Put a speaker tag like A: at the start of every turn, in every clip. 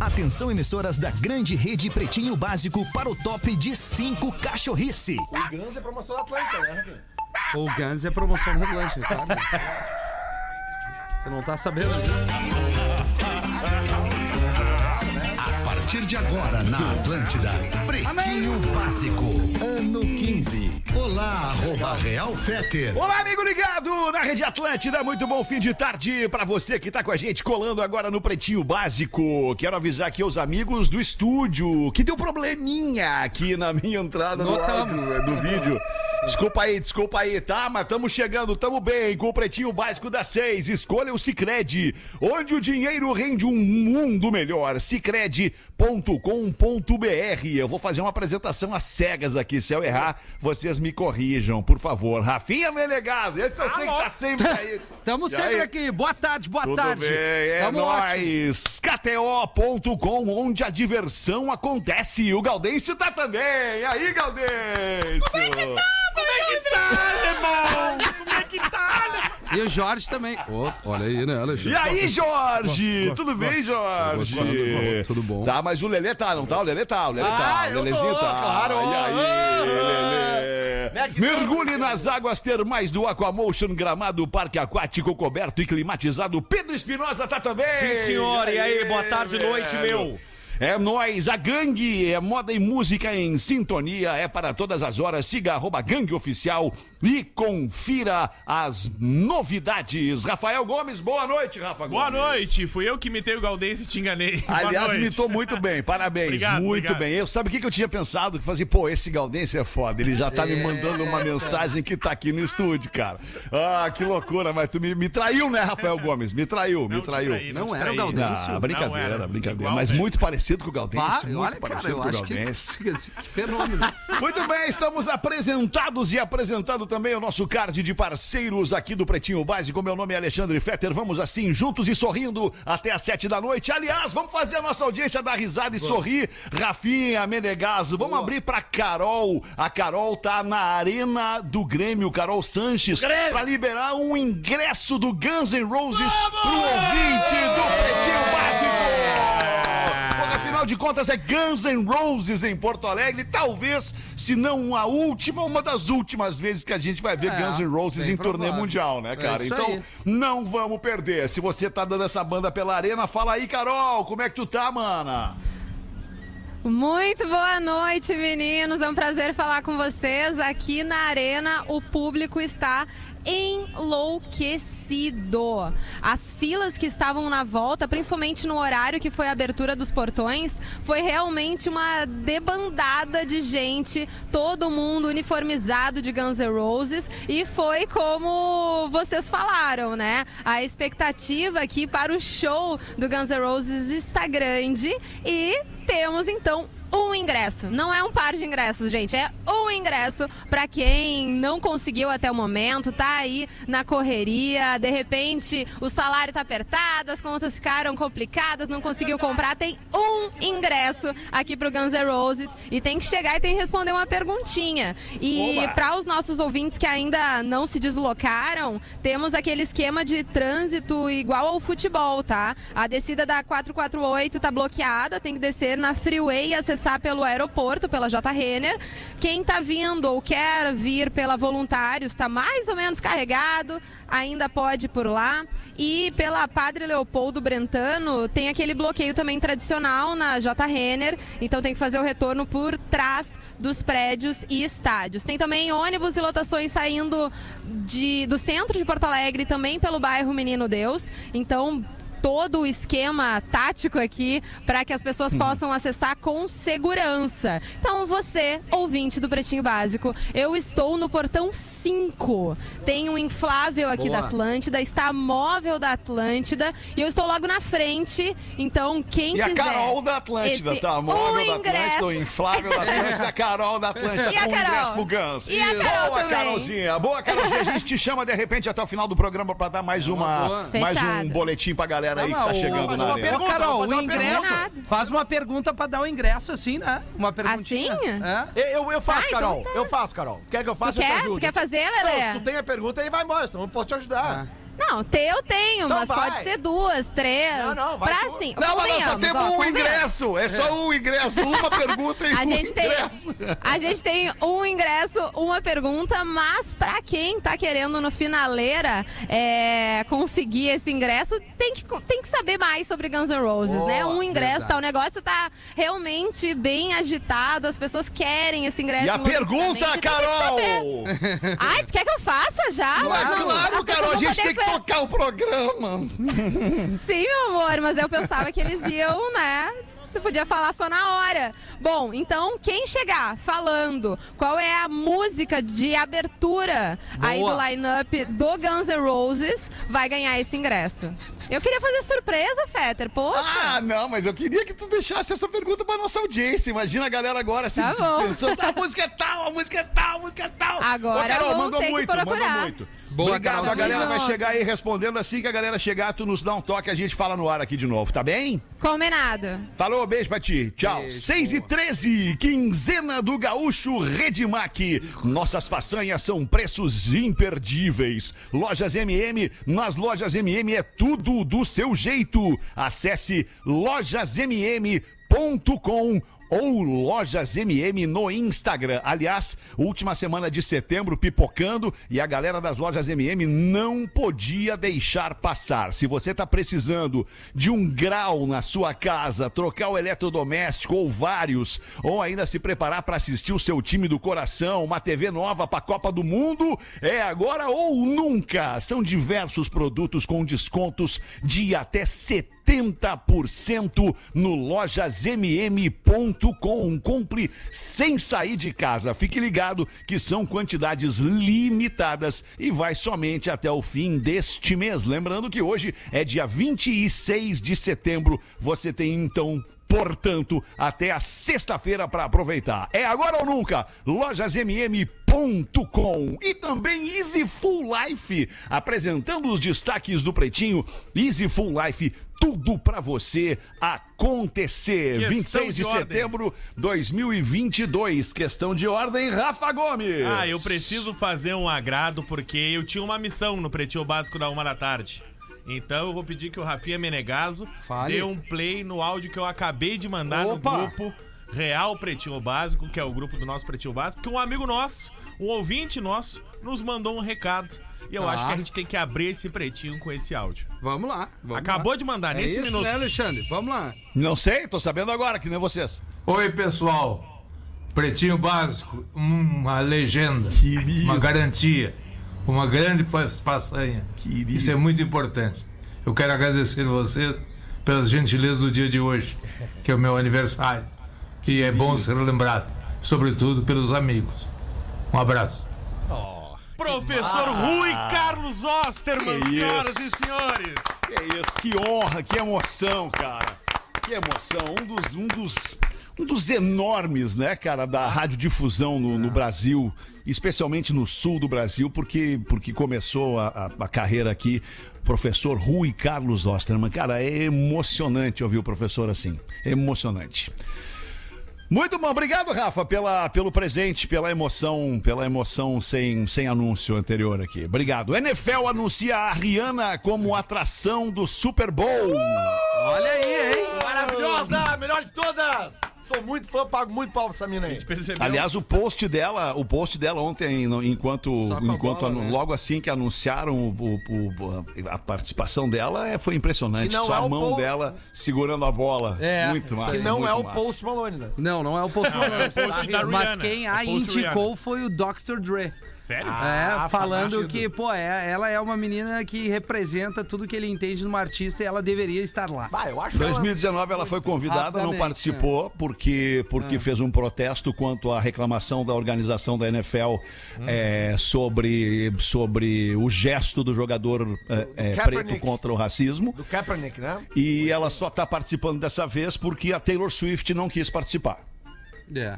A: Atenção emissoras da grande rede Pretinho Básico para o top de 5 cachorrice.
B: O Guns é promoção da Atlântica, né, Rafinha?
C: O Guns é promoção da Atlântica, claro. Tu não tá sabendo, né?
D: A partir de agora na Atlântida, Pretinho Básico, ano 15. Olá, arroba Real Feter.
E: Olá, amigo ligado na Rede Atlântida. Muito bom fim de tarde pra você que tá com a gente colando agora no Pretinho Básico. Quero avisar aqui aos amigos do estúdio que deu probleminha aqui na minha entrada no
C: Notamos.
E: áudio, eh, do vídeo. Desculpa aí, desculpa aí, tá? Mas tamo chegando, tamo bem com o Pretinho Básico das seis. Escolha o Cicred, onde o dinheiro rende um mundo melhor. Cicred.com.br. Eu vou fazer uma apresentação às cegas aqui. Se eu errar, vocês me corrijam, por favor. Rafinha Menegas, esse eu sei que tá sempre aí.
C: Tamo
E: E
C: sempre
E: aí?
C: aqui. Boa tarde, boa
E: Tudo
C: tarde.
E: bem, é
C: Tamo ótimo.
E: nóis. KTO.com, onde a diversão acontece. O Gaudêncio tá também. E aí, Gaudêncio? Como é que tá, Como é que tá, alemão? Como é que tá, alemão?
C: E o Jorge também. Ô, olha aí, né, Alexandre?
E: E aí, Jorge?
C: Gosto,
E: tudo
C: gosto,
E: bem, Jorge?
C: Gosto, tudo bom, tudo bom.
E: Tá, mas o Lelê tá, não tá? O Lelê tá, o Lelê tá.
B: Ah,
E: O
B: eu
E: Lelezinho
B: tô,
E: tá.
B: claro.
E: E aí,
B: Né,
E: Lelê?
B: que
E: Mergulhe nas águas termais do Aquamotion, gramado, parque aquático coberto e climatizado. Pedro Espinosa tá também.
B: Sim, senhor. E aí, boa tarde,
E: velho?
B: noite, meu.
E: É nóis, a gangue é moda e música em sintonia, é para todas as horas. Siga arroba gangue oficial e confira as novidades. Rafael Gomes, boa noite, Rafa
F: Boa
E: Gomes.
F: noite, fui eu que imitei o Galdês e te enganei. Boa
E: Aliás,
F: noite.
E: imitou muito bem, parabéns,
F: Obrigado,
E: muito
F: obrigado.
E: bem. Eu sabe o que, que eu tinha pensado? Que fazia, pô, esse Gaudense é foda. Ele já tá me mandando uma mensagem que tá aqui no estúdio, cara. Ah, que loucura, mas tu me, me traiu, né, Rafael Gomes? Me traiu, me
F: Não te
E: traiu.
F: traí,
C: Não
F: te
C: era o
F: traí.
C: Galdêncio.
E: Ah, brincadeira,
F: Não era.
E: brincadeira.
F: Igual,
E: mas
F: velho.
E: muito parecido com o Gaudense,
C: Pá,
E: muito
C: olha, cara,
E: parecido
C: eu
E: com o
C: acho que,
E: Gaudense.
C: que fenômeno.
E: Muito bem, estamos apresentados e apresentado também o nosso card de parceiros aqui do Pretinho Básico. Meu nome é Alexandre Fetter. Vamos assim, juntos e sorrindo até às sete da noite. Aliás, vamos fazer a nossa audiência dar risada e sorrir. Rafinha Menegaso, vamos abrir pra Carol. A Carol tá na arena do Grêmio, Carol Sanches, pra liberar um ingresso do Guns N' Roses pro ouvinte do Pretinho Básico.
C: Ah.
E: Porque afinal de contas é Guns N' Roses em Porto Alegre. Talvez, se não a última, uma das últimas vezes que a gente vai ver
C: É,
E: Guns N' Roses
C: bem
E: em turnê
C: provável.
E: mundial, né,
C: É
E: cara?
C: isso
E: então,
C: aí.
E: não vamos perder. Se você tá dando essa banda pela arena, fala aí, Carol, como é que tu tá, mana?
G: Muito boa noite, meninos. É um prazer falar com vocês. Aqui na Arena, o público está enlouquecido. As filas que estavam na volta, principalmente no horário que foi a abertura dos portões, foi realmente uma debandada de gente, todo mundo uniformizado de Guns N' Roses e foi como vocês falaram, né? A expectativa aqui para o show do Guns N' Roses está grande e temos então um ingresso. Não é um par de ingressos, gente, é um ingresso para quem não conseguiu até o momento, tá aí na correria, de repente o salário tá apertado, as contas ficaram complicadas, não conseguiu comprar, tem um ingresso aqui pro Guns N' Roses e tem que chegar e tem que responder uma perguntinha. E
E: Oba!
G: para os nossos ouvintes que ainda não se deslocaram, temos aquele esquema de trânsito igual ao futebol, tá? A descida da 448 tá bloqueada, tem que descer na freeway e acessar pelo aeroporto, pela J. Renner. Quem tá vindo ou quer vir pela Voluntários, tá mais ou menos carregado, ainda pode ir por lá. E pela Padre Leopoldo Brentano, tem aquele bloqueio também tradicional na J. Renner, então tem que fazer o retorno por trás dos prédios e estádios. Tem também ônibus e lotações saindo de- do centro de Porto Alegre, também pelo bairro Menino Deus. Então. Todo o esquema tático aqui para que as pessoas
E: Uhum.
G: possam acessar com segurança. Então, você, ouvinte do Pretinho Básico, eu estou no portão 5. Tem um inflável aqui
C: Boa.
G: da Atlântida, está móvel da Atlântida e eu estou logo na frente. Então, quem
E: E a
G: quiser.
E: Carol da Atlântida,
G: esse
E: tá? Móvel da
G: um
E: Atlântida, o
G: ingresso-
E: inflável da Atlântida, a Carol da Atlântida,
G: E a
E: com um
G: Carol?
E: ingresso pro Guns.
G: E a Carol
E: boa,
G: também.
E: Carolzinha. Boa, Carolzinha. A gente te chama de repente até o final do programa pra dar mais, uma,
C: É boa.
E: mais um
G: Fechado.
E: boletim pra galera aí que tá
C: mas, ô,
E: chegando
C: mas
E: na
C: uma
E: arena.
C: pergunta, Ô, Carol,
B: vou fazer
C: o
B: uma
C: ingresso.
G: pergunta.
C: Faz uma pergunta pra dar o ingresso, assim, né? Uma perguntinha.
G: Assim?
C: É.
B: Eu, eu, eu faço,
G: Vai,
B: Carol.
G: então
B: Eu faço, Carol. Quer que eu
G: Tu
B: faça? Eu te
G: quer?
B: ajudo.
G: Tu quer fazer,
B: Não, se tu
G: Lelê? Ah.
B: tem a pergunta, aí vai embora, senão eu não posso te ajudar.
G: Não, ter eu tenho,
B: Então
G: mas
B: vai.
G: pode ser duas, três.
B: Não, não, vai
G: pra
B: duas.
G: Ah, sim.
E: Não, mas nós só
G: convenhamos,
E: temos
G: ó,
E: um
G: convenhamos.
E: ingresso. É só um ingresso, uma pergunta e
G: A
E: um
G: gente, tem,
E: ingresso.
G: a gente tem um ingresso, uma pergunta, mas pra quem tá querendo no finaleira é, conseguir esse ingresso, tem que, tem que saber mais sobre Guns N' Roses, né? Um ingresso,
C: verdade.
G: tá, o negócio tá realmente bem agitado, as pessoas querem esse ingresso.
E: E a
G: enlouquecidamente,
E: pergunta,
G: tem que saber.
E: Carol!
G: Ai, tu quer que eu faça já?
E: Mas
G: Não, as
E: claro,
G: pessoas
E: Carol, a
G: vão
E: gente
G: poder
E: tem que
G: ver-
E: tocar o programa.
G: Sim, meu amor, mas eu pensava que eles iam, né? Você podia falar só na hora. Bom, então quem chegar falando qual é a música de abertura aí do
C: Boa.
G: line-up do Guns N' Roses vai ganhar esse ingresso. Eu queria fazer surpresa, Fetter. Poxa.
E: Ah, não, mas eu queria que tu deixasse essa pergunta pra nossa audiência. Imagina a galera agora assim,
G: Tá bom.
E: pensando, a música é tal, a música é tal, a música é tal.
G: Agora
E: Ô, Carol,
G: vão
E: mandou
G: ter que
E: muito, mandou
G: procurar.
E: muito.
C: Boa,
E: Obrigado,
C: Carol,
E: a galera
G: tamo
E: vai
G: junto.
E: chegar aí respondendo assim que a galera chegar, tu nos dá um toque, a gente fala no ar aqui de novo, tá bem?
G: Combinado.
E: Falou, beijo pra ti. Tchau.
C: Beijo,
E: 6 e 13, quinzena do Gaúcho Redmac. Nossas façanhas são preços imperdíveis. Lojas MM, nas lojas MM é tudo do seu jeito. Acesse lojasmm.com ou Lojas MM no Instagram. Aliás, última semana de setembro pipocando e a galera das Lojas MM não podia deixar passar. Se você está precisando de um grau na sua casa, trocar o eletrodoméstico ou vários, ou ainda se preparar para assistir o seu time do coração, uma TV nova para a Copa do Mundo, é agora ou nunca. São diversos produtos com descontos de até 70 70% no lojasmm.com. Compre sem sair de casa. Fique ligado que são quantidades limitadas e vai somente até o fim deste mês. Lembrando que hoje é dia 26 de setembro. Você tem então Portanto, até a sexta-feira para aproveitar. É agora ou nunca. LojasMM.com e também Easy Full Life. Apresentando os destaques do Pretinho, Easy Full Life, tudo para você acontecer.
F: Questão
E: 26 de,
F: de ordem.
E: setembro 2022. Questão de ordem, Rafa Gomes.
F: Ah, eu preciso fazer um agrado porque eu tinha uma missão no Pretinho Básico da Uma da Tarde. Então eu vou pedir que o Rafinha Menegaso
C: Fale.
F: dê um play no áudio que eu acabei de mandar
C: Opa!
F: no grupo Real Pretinho Básico, que é o grupo do nosso Pretinho Básico, que um amigo nosso, um ouvinte nosso, nos mandou um recado. E eu
C: Tá.
F: acho que a gente tem que abrir esse pretinho com esse áudio.
C: Vamos lá. vamos
F: Acabou
C: lá.
F: de mandar,
C: É
F: nesse
C: isso,
F: minuto.
C: né, Alexandre? Vamos lá.
E: Não sei, tô sabendo agora que nem vocês.
H: Oi, pessoal. Pretinho Básico, uma legenda,
E: Querido.
H: uma garantia, uma grande fa- façanha.
E: Querido.
H: Isso é muito importante. Eu quero agradecer vocês pelas gentilezas do dia de hoje, que é o meu aniversário. E é bom ser lembrado, sobretudo pelos amigos. Um abraço.
F: Professor Rui Carlos Osterman,
E: Que
F: senhoras
E: isso.
F: e senhores.
E: Que é isso, que honra, que emoção, cara. Que emoção. Um dos, um dos, um dos enormes, né, cara, da radiodifusão no, no Brasil, especialmente no sul do Brasil, porque, porque começou a, a- a carreira aqui, professor Rui Carlos Osterman. Cara, é emocionante ouvir o professor assim. Emocionante. Muito bom, obrigado, Rafa, pela, pelo presente, pela emoção, pela emoção sem, sem anúncio anterior aqui. Obrigado. NFL anuncia a Rihanna como atração do Super Bowl.
C: Olha aí, hein?
B: Maravilhosa, melhor de todas. Sou muito fã, pago muito pau pra essa mina aí.
F: Percebeu?
E: Aliás, o post dela, o post dela ontem, no- enquanto,
C: Só com a
E: enquanto
C: bola,
E: anu-
C: né?
E: logo assim que anunciaram o- o- o- a participação dela, é, foi impressionante.
B: Que não
E: Só
B: é
E: a
B: o
E: mão
B: Paul-
E: dela segurando a bola.
C: É,
E: muito massa.
B: Que não
E: muito
B: é o
E: massa.
B: Post Malone, né?
C: Não, não é o post Malone.
F: é o post da
C: Mas
F: Rihanna.
C: quem
F: É o
C: a
F: post
C: indicou foi o Dr. Dre.
F: Sério?
C: é, falando que, pô, é, ela é uma menina que representa tudo que ele entende numa artista e ela deveria estar lá.
B: Vai, Ah, eu acho
E: Em
B: ela-
E: 2019 ela foi convidada, não
C: Rapidamente, é.
E: participou porque, porque fez um protesto quanto à reclamação da organização da NFL
C: Hum.
E: eh, sobre, sobre o gesto do jogador eh, eh,
B: Kaepernick.
E: preto contra o racismo.
B: Do Kaepernick, né?
E: tá E ela só está participando dessa vez porque a Taylor Swift não quis participar.
C: É.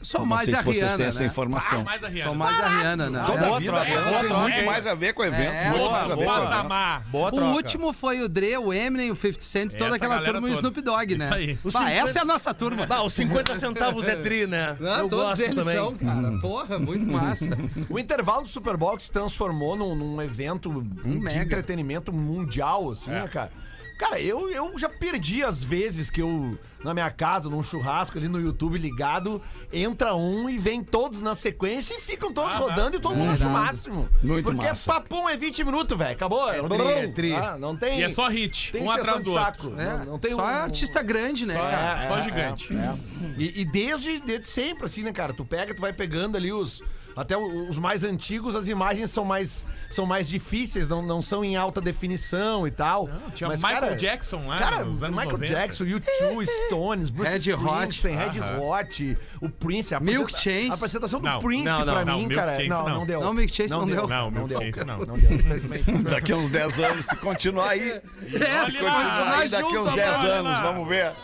C: Só
I: Não
C: mais
I: sei
C: a
I: se vocês
C: Rihanna.
I: têm essa
C: né?
I: informação.
F: Ah, mais a
C: Só
F: Rihanna.
C: mais a Rihanna, né?
I: Toda
C: Ela-
I: a vida, ela tem muito mais a ver com o evento.
C: É,
I: muito
C: boa,
I: mais a ver com o evento.
F: Patamar.
I: Boa
C: O último foi o Dre, o Eminem, o 50 Cent, toda
F: Essa
C: aquela
F: galera
C: turma e o
F: toda.
C: Snoop Dogg, né?
F: Isso aí.
C: Bah, essa é a nossa turma.
I: Bah,
B: Ah, Os 50 centavos é tri, né?
C: Não,
B: Eu
C: todos
B: gosto
C: eles
B: também.
C: são, cara. Porra, muito massa.
B: O intervalo do Super Bowl que se transformou num, num evento de
C: mega.
B: entretenimento mundial, assim,
F: É.
B: né, cara? Cara, eu, eu já perdi as vezes que eu, na minha casa, num churrasco ali no YouTube ligado, entra um e vem todos na sequência e ficam todos
F: Ah,
B: rodando e
F: é
B: todo mundo acha o máximo.
I: Muito
B: Porque
I: massa.
B: papum é 20 minutos, velho. Acabou. É
I: tri, é tri.
B: Ah, não tem.
F: E é só hit,
B: tem
F: um
B: encheção
F: atrás
B: de
F: do outro.
B: saco.
C: É,
B: Não, não tem
C: só
B: um-
C: artista grande, né, cara?
B: é,
F: só
B: é,
F: gigante.
B: é, é. E, e desde, desde sempre, assim, né, cara? Tu pega, tu vai pegando ali os. Até o- os mais antigos, as imagens são mais, são mais difíceis, não, não são em alta definição e tal.
F: Tinha
B: Mas,
F: Michael
B: cara,
F: Jackson lá
B: Cara,
F: nos anos
B: Michael
F: 90.
B: Jackson, U2, Stones, Bruce
C: Red Hot.
B: Springsteen, Red Hot, o Prince. A
C: Milk
B: apresenta-
C: Chance.
B: A apresentação do
F: Não,
B: Prince
F: não, não,
B: pra
F: não,
B: mim,
F: Milk
B: cara.
F: Chance
B: não,
F: não.
B: não deu.
C: Não, Milk Chance não deu.
F: Não,
B: Não
F: Milk
B: deu,
F: Chance
B: cara,
F: não.
B: não deu, infelizmente.
D: Daqui a uns 10 anos, se continuar aí,
C: É,
F: Olha lá,
C: continuar
D: aí daqui a uns
C: junto,
D: 10
C: agora.
D: anos, vamos ver.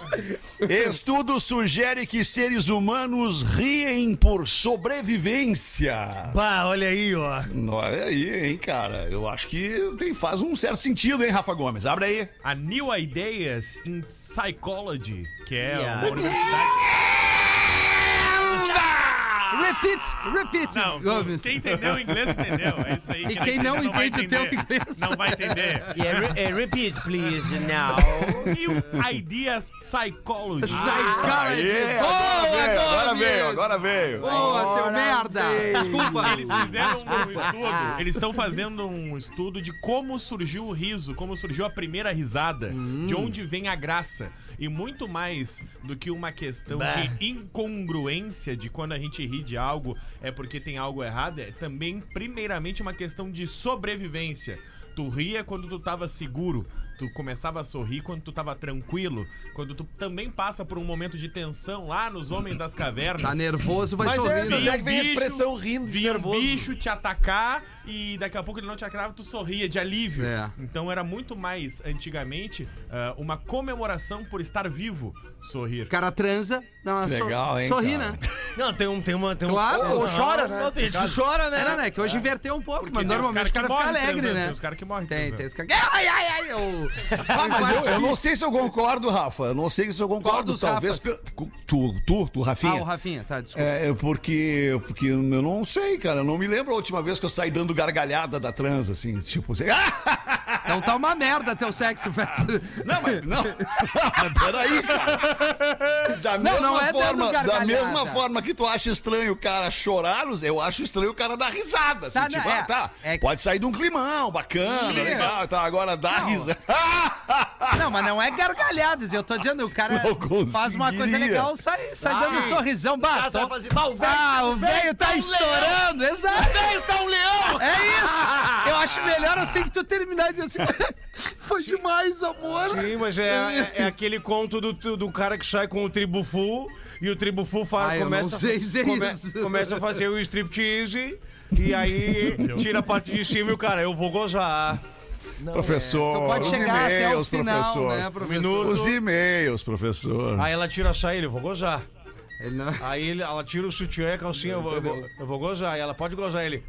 E: Estudo sugere que seres humanos riem por sobrevivência.
B: Pá, olha aí, ó.
E: Não, Olha aí, hein, cara. Eu acho que tem, faz um certo sentido, hein, Rafa Gomes? Abre aí.
F: A New Ideas in Psychology, que é
B: Yeah.
F: uma universidade.
C: Repeat, repeat,
F: Não,
C: Gomes.
F: quem entendeu o inglês entendeu. É isso aí.
C: E quem não
F: vai
C: entende o teu
F: entender,
C: inglês.
F: Não vai entender.
I: repeat, please, now.
F: New Ideas Psychology.
C: Psychology.
E: Aê,
C: Boa,
E: agora, veio, É, agora
C: Gomes.
E: veio, agora veio.
C: Boa, seu merda. Desculpa.
F: Eles fizeram um estudo. Eles estão fazendo um estudo de como surgiu o riso, como surgiu a primeira risada,
C: Hum.
F: de onde vem a graça. E muito mais do que uma questão de incongruência de quando a gente ri de algo é porque tem algo errado, é também, primeiramente, uma questão de sobrevivência. Tu ria quando tu tava seguro, tu começava a sorrir quando tu tava tranquilo, quando tu também passa por um momento de tensão lá nos Homens das Cavernas.
C: Tá nervoso, vai
B: Mas é,
C: sorrindo.
B: onde é que vem a
F: Bicho,
B: expressão rindo de
F: vinha um
B: nervoso?
F: bicho te atacar e daqui a pouco ele não te atacava, tu sorria de alívio.
C: É.
F: Então era muito mais, antigamente, ah, uma comemoração por estar vivo, sorrir.
C: O cara transa, dá uma so-
I: Legal, hein,
C: sorri,
I: cara?
C: né?
B: Não, tem um. Tem uma tem
C: um- Claro.
B: Ou chora, né? Tem gente que chora, né?
C: Era, né? Que hoje inverteu um pouco, mas
F: tem
C: normalmente
F: os
C: o cara
F: cara que
C: fica
F: morre
C: alegre,
F: transando,
C: né?
F: tem os cara que morre
C: Tem,
F: transando.
C: tem os caras. Ai, ai, ai! Eu...
E: Eu, eu não sei se eu concordo, Rafa. Eu não sei se eu
C: Qual
E: concordo.
C: dos
E: Talvez.
C: Rafas?
E: pe- Tu, tu,
C: Ah,
E: tu,
C: o
E: Rafinha.
C: Rafinha, tá, desculpa.
E: É, é porque, porque eu não sei, cara. Eu não me lembro a última vez que eu saí dando gargalhada da trans, assim. Tipo, assim, ah!
C: Então tá uma merda teu sexo, velho.
E: Não, mas não. Mas Peraí, cara. Da
C: Não,
E: mesma,
C: não é dando
E: forma, da
C: gargalhada.
E: mesma forma que tu acha estranho o cara chorar, eu acho estranho o cara dar risada. Assim,
C: Tá,
E: tipo,
C: não, é.
E: ah, tá.
C: É que-
E: Pode sair de um climão bacana,
C: Sim.
E: legal. Tá, agora dá
C: Não. então é.
E: risada.
C: Não, mas não é gargalhadas. Eu tô dizendo, o cara
E: Não
C: faz uma coisa
E: conseguiria.
C: legal, sai, sai dando um sorrisão. Bah,
B: Essa
C: tô-
B: vai fazer. "Bah, o velho um
C: Ah, o velho tá estourando, exato.
B: veio, tá um leão!
C: É isso. Eu acho melhor assim que tu terminar e dizer assim, foi demais, amor.
J: Sim, mas é, é- é aquele conto do, do cara que sai com o tribufu e o tribufu
C: Ah,
J: faz,
C: eu
J: começa,
C: não sei se é
J: come-
C: isso.
J: começa a fazer o striptease e aí tira a parte de cima e o cara, eu vou gozar.
E: professor,
C: Tu Então pode
E: os
C: chegar até o
E: e-mails,
C: final,
E: professor. Um
C: né, professor? Ah,
J: Minuto.
E: Os e-mails, professor.
J: Aí ela tira a saia, ele, eu vou gozar.
C: Ele não...
E: É.
J: Aí ele- ela tira o sutiã e a calcinha, eu vou, eu vou, eu vou gozar. E ela pode gozar, ele.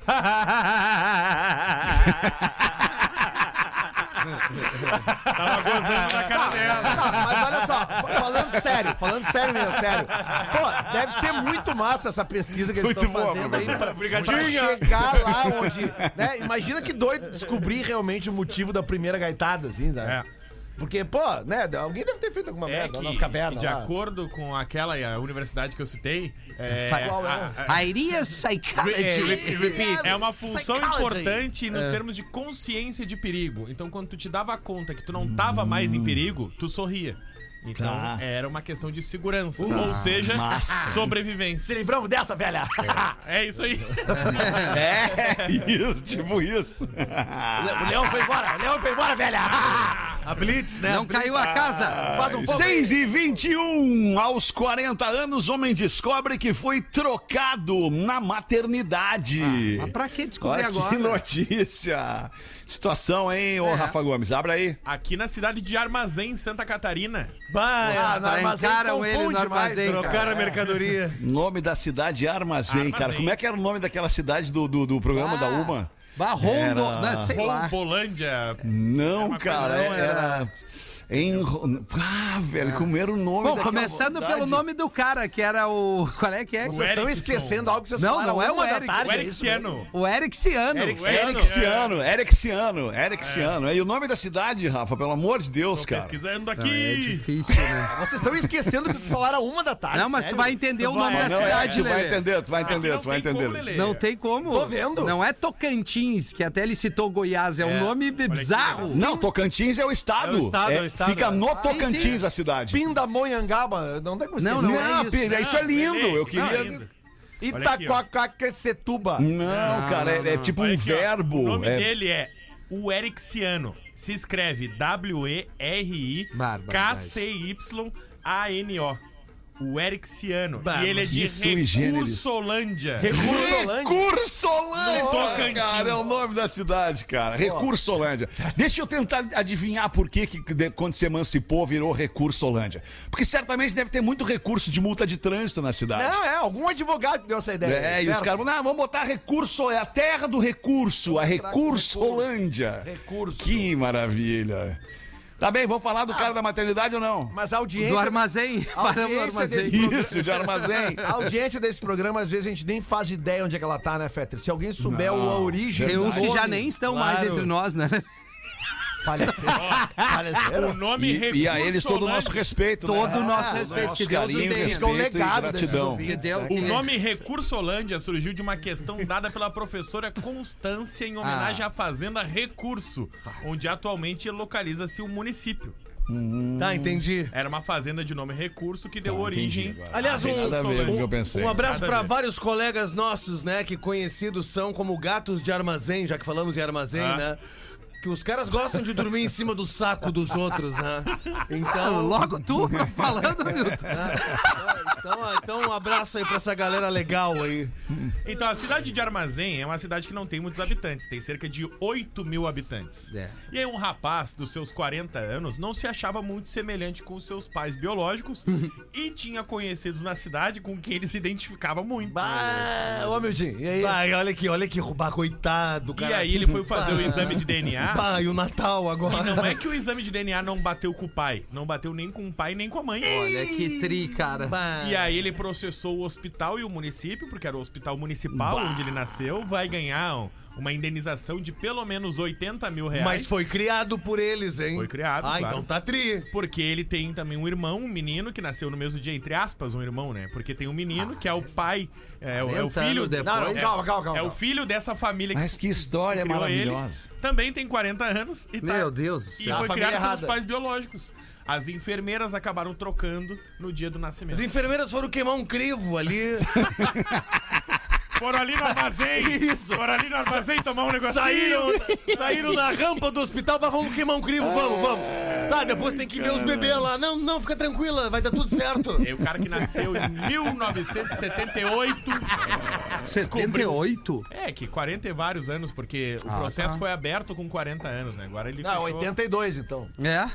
F: Tava gozando na cara dela.
B: Tá, mas olha só, fa- falando sério, falando sério mesmo, sério. Pô, deve ser muito massa essa pesquisa que eles estão fazendo aí pra, pra chegar lá onde. né? Imagina que doido descobrir realmente o motivo da primeira gaitada, assim, sabe?
F: É.
B: Porque, pô, né, alguém deve ter feito alguma
F: É
B: merda
F: que,
B: nas cavernas.
F: de
B: lá.
F: acordo com aquela eh, universidade que eu citei, é,
C: Sai-
B: Qual é?
C: Airia Psychology.
F: Ah, É uma função
B: Psychology.
F: importante
E: É.
F: nos termos de consciência de perigo. Então, quando tu te dava conta que tu não tava mais em perigo, tu sorria. Então,
E: Hum. Tá. Uh,
F: era uma questão de segurança. Ou seja,
B: Se
F: sobrevivência.
B: livramos dessa, velha!
F: É isso aí.
E: É, isso, tipo isso.
C: Ah,
B: o leão foi embora, o leão foi embora, velha!
F: A Blitz, né?
C: Não caiu a casa.
B: Faz um pouco.
E: 6 e 21, aos 40 anos, homem descobre que foi trocado na maternidade.
C: Ah, Mas pra que descobrir
E: Olha que
C: agora?
E: notícia! Situação, hein, ô
C: É.
E: Rafa Gomes? Abra aí.
F: Aqui na cidade de Armazém, Santa Catarina.
B: Bah,
C: Ah, trancaram ele no armazém, cara.
B: Trocaram
F: É.
B: a mercadoria.
E: Nome da cidade Armazém,
F: Armazém.
E: cara. Como é que era o nome daquela cidade do, do, do programa
C: Ah.
E: da UMA?
C: Barrondo,
E: Era-
C: não, sei lá.
F: Polândia.
E: Não,
F: uma
E: cara,
F: coisa, não,
E: era. Em... Ah, velho, como era o nome
C: É. Bom,
E: daquela
C: começando
E: vontade?
C: pelo nome do cara, que era o. Qual é que é?
F: O
B: Vocês estão
F: Erickson.
B: esquecendo algo que vocês
C: Não,
B: falaram
C: não é o
B: uma da
C: Eric.
E: Ah,
B: tarde,
F: O
B: é isso?
F: Erixiano.
C: O Erixiano.
E: Erixiano, Erixiano, Erixiano. E o nome da cidade, Rafa, pelo amor de Deus,
F: Tô
E: cara.
F: pesquisando
C: É
F: aqui.
C: difícil, né?
B: Vocês estão esquecendo que vocês falaram uma da tarde.
C: Não, mas tu
B: sério?
C: vai entender o nome
E: Ah,
C: da
E: não, é,
C: cidade,
E: tu vai
C: Lelê.
E: entender, tu vai
F: Aqui
E: entender,
F: não
E: tu vai
F: tem como,
E: entender.
F: Lelê.
C: Não tem como.
B: Tô vendo.
C: Não é Tocantins, que até ele citou Goiás. É um nome bizarro.
E: Não, Tocantins é o estado.
J: É o estado, é o estado.
E: Fica no
C: sim.
E: Tocantins a cidade.
B: Pindamonhangaba, não tem como esquecer.
C: Não,
E: Não,
C: não é isso.
E: Pedro, isso é lindo.
F: Lelê,
E: eu
F: Ah, não, é
E: queria.
F: lindo.
B: Itacoacacetuba.
E: Não, cara, é- é, tipo
F: Olha
E: um
F: aqui, ó.
E: verbo.
F: O nome
E: é-
F: dele é o Erixiano. Se escreve W-E-R-I-K-C-Y-A-N-O. O Erixiano. e ele é de
E: que sui generis.
F: Recursolândia.
B: é Recursolândia.
E: Recursolândia!
F: No Tocantins.
E: Cara, é o nome da cidade, cara. Recursolândia. Deixa eu tentar adivinhar por que, que de- quando se emancipou virou Recursolândia. Porque certamente deve ter muito recurso de multa de trânsito na cidade.
B: Não, é, algum advogado que deu essa ideia.
E: É, e os
B: certo?
E: caras vão, não, vamos botar recurso, é a terra do recurso, a Recursolândia.
B: Recurso.
E: Que maravilha. Tá bem, vamos falar do cara da maternidade ou não?
B: Mas a audiência...
C: Do armazém. Paramos no
B: audiência
C: armazém.
B: desse-
E: Isso, de armazém.
B: A audiência desse programa, às vezes, a gente nem faz ideia onde é que ela tá, né, Fetter? Se alguém souber o- a origem...
C: Tem
B: do
C: uns que já
B: nome,
C: nem estão
B: claro,
C: mais entre nós, né?
B: faleceu.
F: O nome
E: E, e a eles todo o nosso respeito. né?
C: Todo o nosso
E: Ah,
C: respeito,
E: nosso
C: que Deus
E: carinho,
C: nos tenha.
E: respeito
B: Ficou legado
E: e gratidão.
B: desses
C: Que Deus-
F: O nome Recursolândia surgiu de uma questão dada pela professora Constância em homenagem à Fazenda Recurso, onde atualmente localiza-se o município.
B: Tá, entendi.
F: Era uma fazenda de nome Recurso que deu origem.
J: Aliás, um,
E: Tá, Nada a ver com o que eu pensei.
J: um abraço
F: Nada a
J: para
F: ver.
J: vários colegas nossos, né? Que conhecidos são como gatos de armazém, já que falamos em armazém,
F: Ah.
J: né? Que os caras gostam de dormir em cima do saco dos outros, né? Então,
C: Logo tu tá falando, Milton.
J: então, então um abraço aí pra essa galera legal aí.
F: Então, a cidade de Armazém é uma cidade que não tem muitos habitantes, tem cerca de 8 mil habitantes.
C: É.
F: E aí, um rapaz dos seus 40 anos não se achava muito semelhante com seus pais biológicos e tinha conhecidos na cidade com quem ele se identificava muito.
B: Ah, ô, Mildinho, e aí?
J: Vai, olha aqui, olha aqui, roubar, coitado,
F: E
J: cara.
F: aí, ele foi fazer o exame de DNA.
J: Pai, o Natal
F: E
J: agora.
F: não é que o exame de DNA não bateu com o pai. Não bateu nem com o pai, nem com a mãe.
C: Olha que tri, cara.
J: Bah.
F: E aí ele processou o hospital e o município, porque era o hospital municipal onde ele nasceu, vai ganhar um- uma indenização de pelo menos 80 mil reais.
J: Mas foi criado por eles, hein?
F: Foi criado,
J: Ah,
F: claro.
J: então tá tri.
F: Porque ele tem também um irmão, um menino, que nasceu no mesmo dia, entre aspas, um irmão, né? Porque tem um menino que é o pai, é, o- é o
C: 40
F: filho...
C: anos depois.
F: Não,
B: Não,
F: é-
B: calma, calma, calma.
F: É o filho dessa família que
E: Mas que
J: é
E: história
F: criou ele.
E: maravilhosa.
F: Também tem 40 anos e tá
C: Meu Deus do
F: e
C: céu.
F: foi
B: família
F: criado pelos
B: errada.
F: pais biológicos. As enfermeiras acabaram trocando no dia do
J: As
F: nascimento.
J: enfermeiras foram queimar um crivo ali.
F: Foram ali no armazém. Isso. Foram ali no armazém tomar um negocinho.
J: Saíram, saíram na rampa do hospital, mas vamos queimar um crivo, vamos, vamos. Tá, depois tem que ver os bebês lá. Não, não, fica tranquila, vai dar tudo certo.
F: E aí, É, o cara que nasceu em 1978.
C: 78?
F: É, que 40 e vários anos, porque o processo foi aberto com 40 anos, né? Agora ele
B: Não, 82, então.
C: É.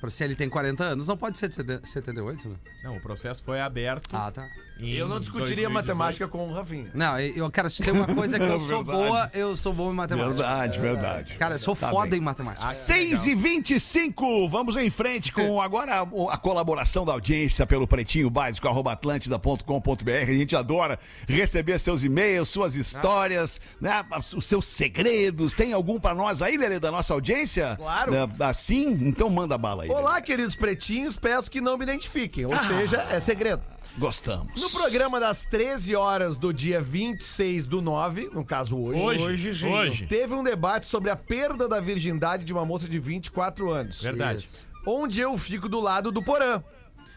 C: Pra- É. Se ele tem 40 anos, não pode ser 70 78, né?
F: Não, o processo foi aberto.
C: Ah, tá.
F: em
B: Eu não discutiria
F: 2018.
B: matemática com o Rafinha.
C: Não, eu, cara, se tem uma coisa que eu sou
E: Verdade.
C: boa, eu sou bom em matemática.
E: Verdade, verdade.
C: Cara, eu sou
E: Tá
C: foda
E: bem.
C: em matemática.
E: 6 e 25 vamos em frente com agora a, a colaboração da audiência pelo pretinho básico arroba atlântida.com.br. A gente adora receber seus e-mails, suas histórias, né, os seus segredos. Tem algum pra nós aí, Lelê, da nossa audiência?
B: Claro.
E: Da- Assim? Então manda bala aí.
B: Olá, queridos pretinhos, peço que não me identifiquem, ou seja, é segredo.
E: Gostamos.
B: No programa das 13 horas do dia 26 do 9, no caso hoje,
F: Hoje, hoje. hoje.
B: teve um debate sobre a perda da virgindade de uma moça de 24 anos.
F: Verdade.
B: Onde eu fico do lado do Porã.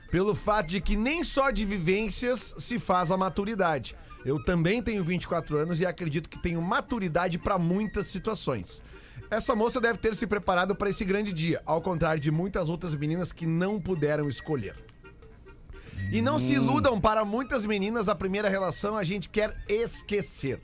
B: Pelo fato de que nem só de vivências se faz a maturidade. Eu também tenho 24 anos e acredito que tenho maturidade para muitas situações. Essa moça deve ter se preparado para esse grande dia, ao contrário de muitas outras meninas que não puderam escolher. E não se
E: Hum.
B: iludam, para muitas meninas, a primeira relação a gente quer esquecer.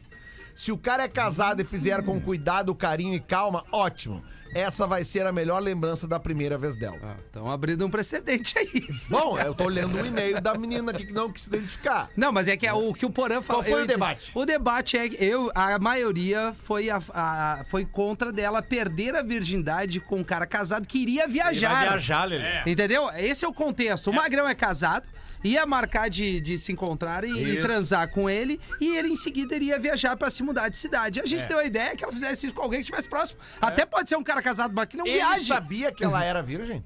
B: Se o cara é casado e fizer com cuidado, carinho e calma, ótimo. Essa vai ser a melhor lembrança da primeira vez dela.
C: Estão abrindo um precedente aí.
B: Bom, eu tô lendo um e-mail da menina aqui que não quis se identificar.
C: Não, mas é que é o que o Porã falou.
B: Qual foi o debate?
C: O debate é que eu, a maioria foi, a- a- foi contra dela perder a virgindade com um cara casado que iria viajar.
I: viajar, Lelê.
C: Entendeu? Esse é o contexto. O Magrão é casado, ia marcar de, de se encontrar e, e transar com ele, e ele em seguida iria viajar pra se mudar de cidade. A
B: É.
C: gente deu a ideia que ela fizesse isso com alguém que estivesse próximo. Até pode ser um cara casado, mas que não
B: Ele
C: viaja.
B: sabia que ela era virgem?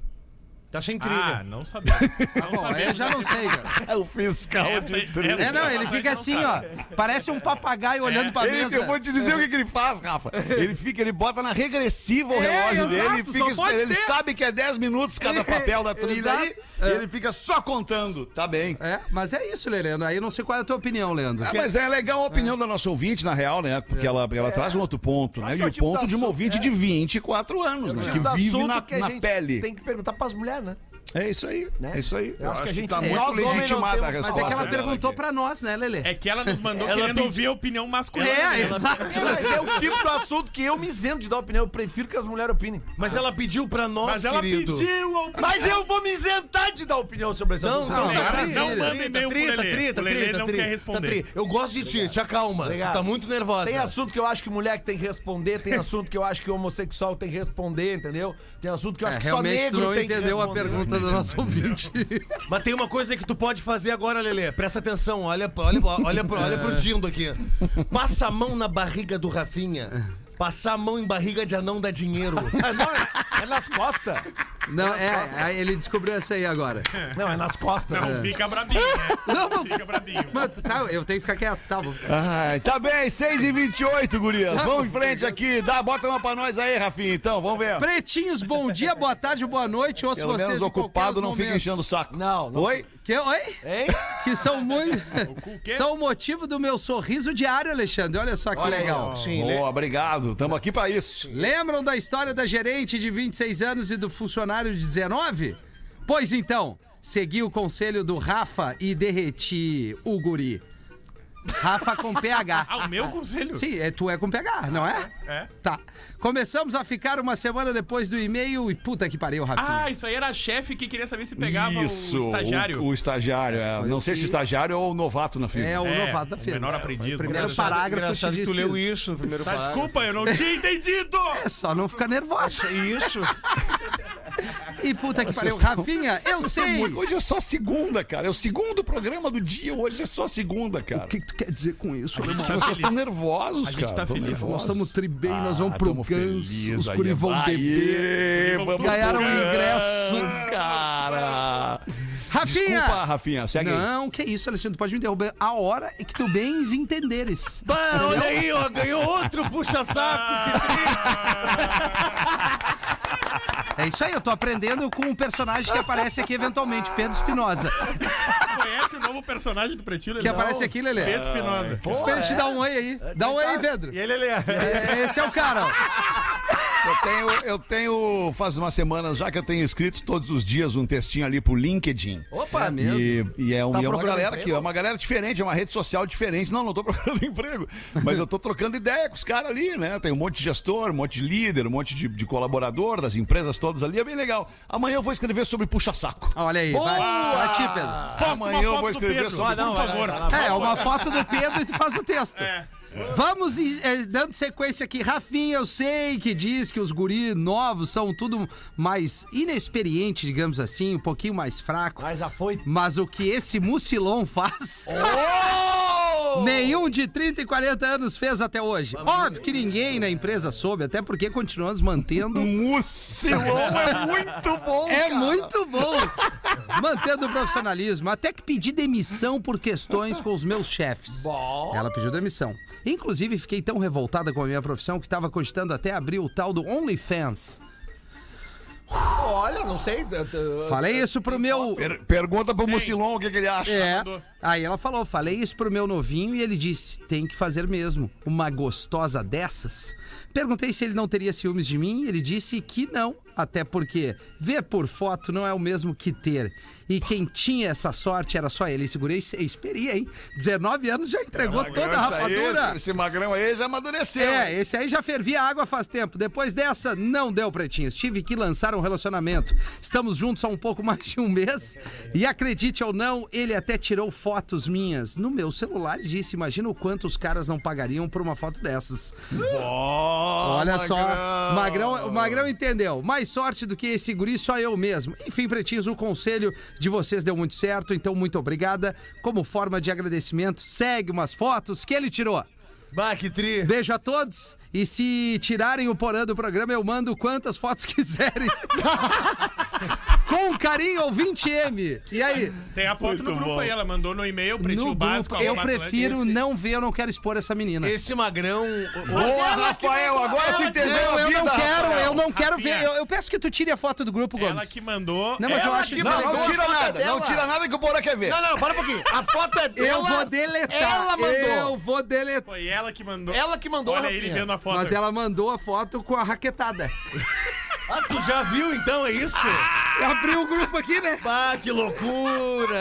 I: Tá sem trilha.
F: Ah, não sabia. Não
C: Bom, aí
F: sabia.
C: eu já não sei, cara.
E: É o fiscal.
F: Essa- essa-
C: É, não, ele fica assim, ó. Parece um papagaio olhando pra
E: Ele-
C: mesa.
E: É, eu vou te dizer o que, que ele faz, Rafa. Ele fica, ele bota na
B: É,
E: regressiva o relógio
C: exato,
E: dele, ele
C: só
E: fica
C: pode
E: esperando. Ele
C: ser.
E: sabe que é 10 minutos cada papel da trilha
C: Exato.
E: aí, e ele fica só contando. Tá bem.
C: É, mas é isso, Lê, Leandro. Aí eu não sei qual é a tua opinião, Leandro.
E: Ah, mas é legal a opinião da nossa ouvinte, na real, né? Porque ela, ela traz um outro ponto, né?
B: É. Acho
E: E
B: que é
E: o
B: o tipo
E: ponto
B: do
E: de uma
B: assunto,
E: ouvinte
B: é.
E: de 24 anos, né?
B: Tipo
E: Que
B: do
E: vive
B: assunto
E: na,
B: que a
E: na
B: gente
E: pele.
B: Tem que perguntar pras mulheres, né?
E: É isso aí, é isso aí. Eu
B: acho que a gente-
E: tá
B: é,
E: muito
B: nós homens não
E: legitimada a
B: temos- mas
E: resposta.
C: Mas é que ela
E: dela
C: perguntou
E: aqui.
C: pra nós, né, Lelê?
F: É que ela nos mandou
I: Ela
F: querendo
I: pediu-
F: ouvir a opinião masculina. né?
C: É,
F: Ela-
C: exato.
B: É, mas é o tipo do assunto que eu me isento de dar opinião. Eu prefiro que as mulheres opinem.
J: Mas ela pediu pra nós,
F: Mas ela
J: querido.
F: pediu a opinião.
B: Mas eu vou me isentar de dar opinião sobre esse assunto.
C: não, tá
B: também.
C: cara,
F: Não manda e-mail pro
J: Treta,
F: Lelê.
J: treta,
F: O Lelê
J: treta,
F: não
J: treta,
C: Tá
F: quer responder.
J: treta. Eu gosto de ti, te acalma.
B: Obrigado.
J: Tu Tá muito nervosa.
B: Tem assunto que eu acho que mulher que tem que responder, tem assunto que eu acho que homossexual tem que responder, entendeu? Tem assunto que eu acho
C: É,
B: que só
C: realmente tu
B: negro
C: não
B: tem que
C: entendeu a
B: responder.
C: pergunta do nosso ouvinte.
J: Mas tem uma coisa que tu pode fazer agora, Lelê. Presta atenção, olha, olha, olha, pro- olha
B: É.
J: pro Dindo aqui. Passa a mão na barriga do Rafinha. Passar a mão em barriga de anão dá dinheiro.
B: Não, é nas costas.
C: Não, é, aí ele descobriu essa aí agora.
B: Não, é nas costas.
F: Não, fica brabinho, né?
C: Não, mas-
F: Fica brabinho.
C: mas tá, eu tenho que ficar quieto, tá? Vou ficar...
E: Ai, tá bem, 6h28, gurias. Vamos em frente aqui. Dá, bota uma pra nós aí, Rafinha, então. Vamos ver.
C: Pretinhos, bom dia, boa tarde, boa noite. Ou se
E: Pelo
C: vocês
E: menos
C: em qualquer
E: ocupado não
C: momento.
E: fica enchendo o saco.
B: Não, não.
E: Oi?
C: Que, oi?
B: Hein?
C: Que são muito.
F: cu quê?
C: são o motivo do meu sorriso diário, Alexandre. Olha só que legal.
E: Boa, obrigado. Tamo aqui pra isso.
C: Lembram da história da gerente de 26 anos e do funcionário de 19? Pois então, segui o conselho do Rafa e derreti o guri. Rafa com PH.
F: Ah, o meu conselho?
C: Sim, é, tu é com PH, não é?
F: É.
C: Tá. Começamos a ficar uma semana depois do e-mail e puta que pariu, Rafinha.
F: Ah, isso aí era a chefe que queria saber se pegava
E: isso,
F: o estagiário.
E: O, o estagiário. é.
C: Foi
E: Não
C: o
E: sei
C: que-
E: se estagiário ou novato na firma.
C: é o
F: É,
C: novato da
F: o
C: firma.
F: menor aprendiz.
C: Primeiro
F: Engraçado-
C: parágrafo te
I: Engraçado que
C: disse
I: tu leu
C: isso.
I: isso no primeiro
F: Tá,
I: parágrafo.
F: desculpa, eu não tinha entendido!
C: É só não ficar nervosa.
I: Isso.
C: E puta que pariu,
E: estão-
C: Rafinha, eu sei.
E: Hoje é só segunda, cara. É o segundo programa do dia. Hoje é só segunda, cara. Ah,
A: que tu quer dizer com isso?
F: A gente tá
E: Vocês estão
F: feliz.
E: nervosos,
F: A gente
E: cara.
F: tá
E: Tão
F: feliz.
E: nervosos.
F: Nós
A: tri bem, nós
E: Ah, tamo feliz aí, vai, é, vamos
C: Ganharam
E: pro
C: ingressos.
E: Guns, cara.
C: Rafinha!
E: Desculpa, Rafinha, segue aí.
C: Não, que isso, Alexandre, tu pode me derrubar a hora é que tu bens entenderes.
J: Bah, olha aí, ó, ganhou outro
F: Ah,
J: puxa-saco. que triste.
C: É isso aí, eu tô aprendendo com um personagem que aparece aqui eventualmente, Pedro Espinosa.
F: Conhece o novo personagem do Pretinho?
C: Que
F: Não.
C: aparece aqui, Lelê.
F: Pedro Espinosa.
C: Espera te
E: é.
C: dar um oi aí. Dá um oi
E: tá-
C: aí, Pedro.
I: E ele, ele é.
C: É, Esse é o cara, ó.
E: Eu tenho, eu tenho, faz umas semanas já que eu tenho escrito todos os dias um textinho ali pro LinkedIn.
C: Opa, mesmo.
E: E, e é, um,
B: Tá
E: e é uma
B: procurando
E: galera que
B: emprego?
E: é uma galera diferente, é uma rede social diferente. Não, não tô procurando emprego, mas eu tô trocando ideia com os caras ali, né? Tem um monte de gestor, um monte de líder, um monte de, de colaborador das empresas todas ali, é bem legal. Amanhã eu vou escrever sobre puxa-saco.
C: Olha aí, vai. Pra ti, Pedro.
F: Posta uma
E: Amanhã eu
F: foto
E: vou
F: do
E: escrever
F: Pedro,
E: sobre-
F: por favor.
C: É, uma foto do Pedro e tu faz o texto. Vamos em- eh, dando sequência aqui. Rafinha, eu sei que diz que os guri novos são tudo mais inexperiente, digamos assim, um pouquinho mais fraco.
B: Mas já foi.
C: Mas o que esse mucilão faz? Nenhum de 30 e 40 anos fez até hoje. Óbvio que ninguém na empresa soube, até porque continuamos mantendo.
E: Mucilão é muito bom!
C: É
E: cara.
C: muito bom! Mantendo o profissionalismo, até que pedi demissão por questões com os meus chefes. Ela pediu demissão. Inclusive, fiquei tão revoltada com a minha profissão que estava cogitando até abrir o tal do OnlyFans.
B: Olha, não sei. eu- eu-
C: Falei isso pro meu.
E: Per- pergunta pro Mucilon o que, que ele acha.
C: É. Aí ela falou, falei isso pro meu novinho e ele disse: tem que fazer mesmo. Uma gostosa dessas? Perguntei se ele não teria ciúmes de mim, ele disse que não. Até porque ver por foto não é o mesmo que ter. E quem tinha essa sorte era só ele. E Segurei e esperia, hein? 19 anos já entregou toda a
E: Esse,
C: rapadura.
E: tá aí, esse magrão aí já amadureceu.
C: É, esse aí já fervia água faz tempo. Depois dessa, não deu, pretinhos. Tive que lançar um relacionamento. Estamos juntos há um pouco mais de um mês. E acredite ou não, ele até tirou fotos minhas no meu celular e disse: Imagina o quanto os caras não pagariam por uma foto dessas. Olha só, Magrão, o Magrão entendeu. Mais sorte do que esse guri, só eu mesmo. Enfim, pretinhos, o conselho de vocês deu muito certo, então muito obrigada. Como forma de agradecimento, segue umas fotos que ele tirou.
J: Bah, que tri.
C: Beijo a todos. E se tirarem o porã do programa, eu mando quantas fotos quiserem. Com carinho ou 20M. E aí?
F: Tem a foto no grupo aí, ela mandou no e-mail, Um pretinho
C: No
F: básico.
C: grupo, eu
F: arroba
C: prefiro
F: Atlântida.
C: não ver, eu não quero expor essa menina.
J: Esse magrão.
E: Boa, Rafael, agora tu
C: Eu,
E: entendeu a
C: eu
E: é vida,
C: não quero,
E: Rafael.
C: eu não quero
F: Rafinha.
C: ver. Eu, eu peço que tu tire a foto do grupo,
F: Ela
C: Gomes.
F: que mandou.
C: Não, mas eu
F: ela
C: acho
F: que
C: que
E: Não, não
C: mandou.
E: tira nada,
B: dela.
E: não tira nada que o Porã quer ver.
B: Não, não, para um pouquinho. A foto é dela.
C: Eu vou deletar.
B: Ela mandou.
C: Eu vou deletar.
F: Foi ela que mandou.
B: Ela que mandou,
F: Olha ele
B: Rafinha.
F: vendo a foto.
C: Mas ela mandou a foto com a raquetada.
J: Ah, tu já viu então, é isso?
C: Abriu o grupo aqui, né?
J: Bah, que loucura!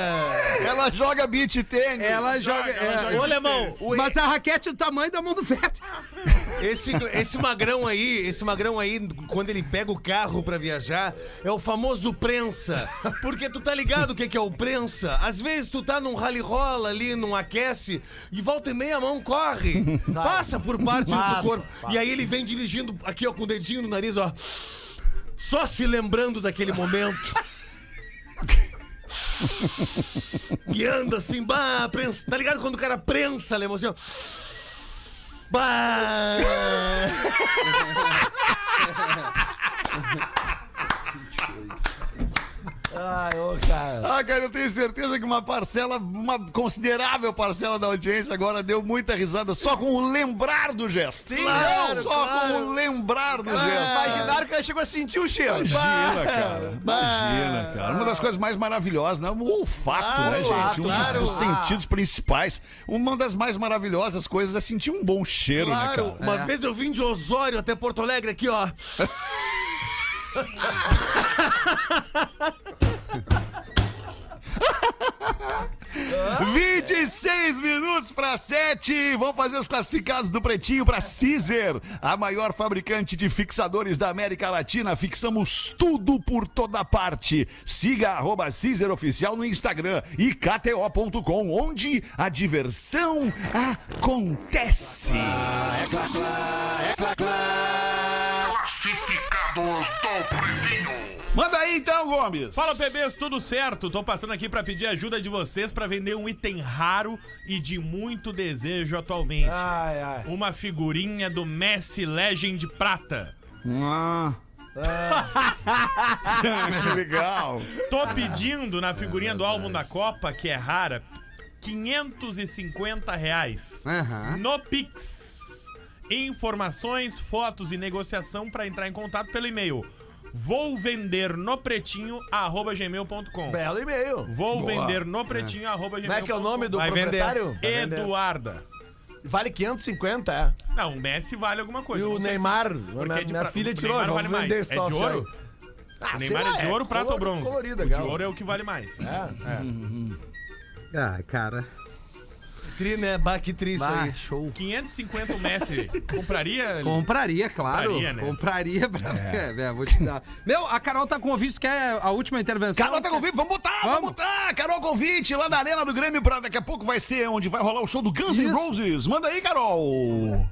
E: Ela joga beat tênis.
C: Ela joga. é,
J: Ô, Lemão, o-
C: mas a raquete é do tamanho da mão do Vettel.
J: esse, esse magrão aí, esse magrão aí, quando ele pega o carro pra viajar, é o famoso prensa. Porque tu tá ligado o que, que é o prensa? Às vezes tu tá num rally rola ali, num aquece, e volta e meia a mão corre. Passa por partes do corpo. E aí ele vem dirigindo aqui, ó, com o dedinho no nariz, ó. Só se lembrando daquele momento. E anda assim, bah, prensa. Tá ligado quando o cara prensa, Lemão, assim, ó. Bah!
E: Ah, cara, eu tenho certeza que uma parcela, uma considerável parcela da audiência agora deu muita risada só com o lembrar do gesto. Sim,
J: claro,
E: só
J: claro.
E: com o lembrar do gesto.
B: Imaginaram Ah, que ela chegou a sentir o cheiro.
E: Imagina, cara. Imagina, cara. Uma das coisas mais maravilhosas, né? O olfato, né, gente? Um dos,
J: claro.
E: dos sentidos principais. Uma das mais maravilhosas coisas é sentir um bom cheiro, né,
J: Claro,
C: É.
E: cara?
J: uma vez eu vim de Osório até Porto Alegre aqui, ó.
E: Ah, 26 minutos para 7. Vamos fazer os classificados do Pretinho para Caesar, a maior fabricante de fixadores da América Latina. Fixamos tudo por toda parte. Siga arroba Caesar Oficial no Instagram e KTO.com, onde a diversão acontece. Manda aí então, Gomes.
F: Fala, bebês, tudo certo? Tô passando aqui pra pedir ajuda de vocês pra vender um item raro e de muito desejo atualmente.
B: Ai, ai.
F: Uma figurinha do Messi Legend Prata.
E: Ah. que legal.
F: Tô pedindo na figurinha do álbum da Copa, que é rara, 550 reais.
C: Aham.
F: No Pix. Informações, fotos e negociação pra entrar em contato pelo e-mail. Vou vender no pretinho, arroba gmail.com.
B: Belo e-mail.
F: Vou vender no pretinho, arroba gmail.com.
B: Como é que é o nome do
I: Vai vender.
B: proprietário? Vai vender.
F: Eduarda.
B: Vale 550, é.
F: Não, o Messi vale alguma coisa.
B: E
F: não
B: o
F: sei
B: Neymar,
F: porque
B: minha,
F: é de
B: minha
F: pra-
B: filha
F: o
B: tirou,
F: Neymar
B: vamos
F: vale mais.
B: vender
F: É
B: esse
F: de
B: troço
F: ouro?
B: aí. Ah,
F: O
B: sei
F: Neymar
B: lá,
F: é de ouro, prata ou
B: color-
F: bronze?
B: Colorido,
F: o de
B: legal.
F: ouro é o que vale mais.
C: Ah, cara.
J: Tri, né? Bah, que tri isso
C: Bah,
J: aí.
C: show.
F: 550 o Messi compraria?
C: Compraria, claro. Compraria,
F: Compraria, né?
C: pra... É. é, vou te dar. Meu, a Carol tá com o vídeo, tu quer a última intervenção?
E: Carol tá convite, vamos botar, vamos,
C: Vamos.
E: botar. Carol convite lá na Arena do Grêmio pra daqui a pouco vai ser onde vai rolar o show do Guns N'
C: Isso.
E: Roses. Manda aí, Carol.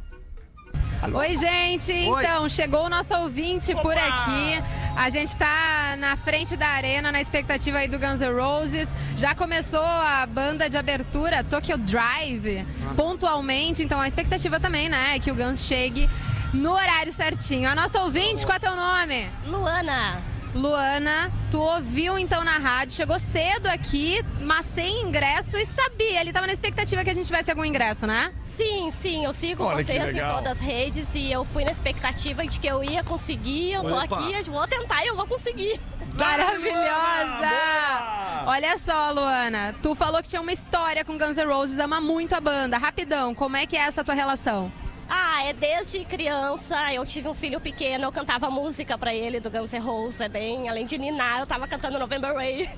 G: Oi, gente.
C: Oi.
G: Então, chegou o nosso ouvinte por
F: Opa!
G: aqui. A gente tá na frente da arena, na expectativa aí do Guns N' Roses. Já começou a banda de abertura, Tokyo Drive, pontualmente. Então, a expectativa também, né, é que o Guns chegue no horário certinho. A nossa ouvinte, qual é teu nome?
K: Luana.
G: Luana, tu ouviu então na rádio, chegou cedo aqui, mas sem ingresso e sabia, ele tava na expectativa que a gente tivesse algum ingresso, né?
K: Sim, sim, eu sigo
E: Olha que
K: vocês em
E: legal.
G: Assim,
K: todas as redes e eu fui na expectativa de que eu ia conseguir. Eu tô
C: Opa.
K: aqui, eu vou tentar e eu vou conseguir.
G: Maravilhosa! Olha só, Luana, tu falou que tinha uma história com Guns N' Roses, ama muito a banda. Rapidão, como é que é essa tua relação?
K: Ah, é desde criança, eu tive um filho pequeno, eu cantava música pra ele do Guns N' Roses, é bem, além de ninar, eu tava cantando November Rain.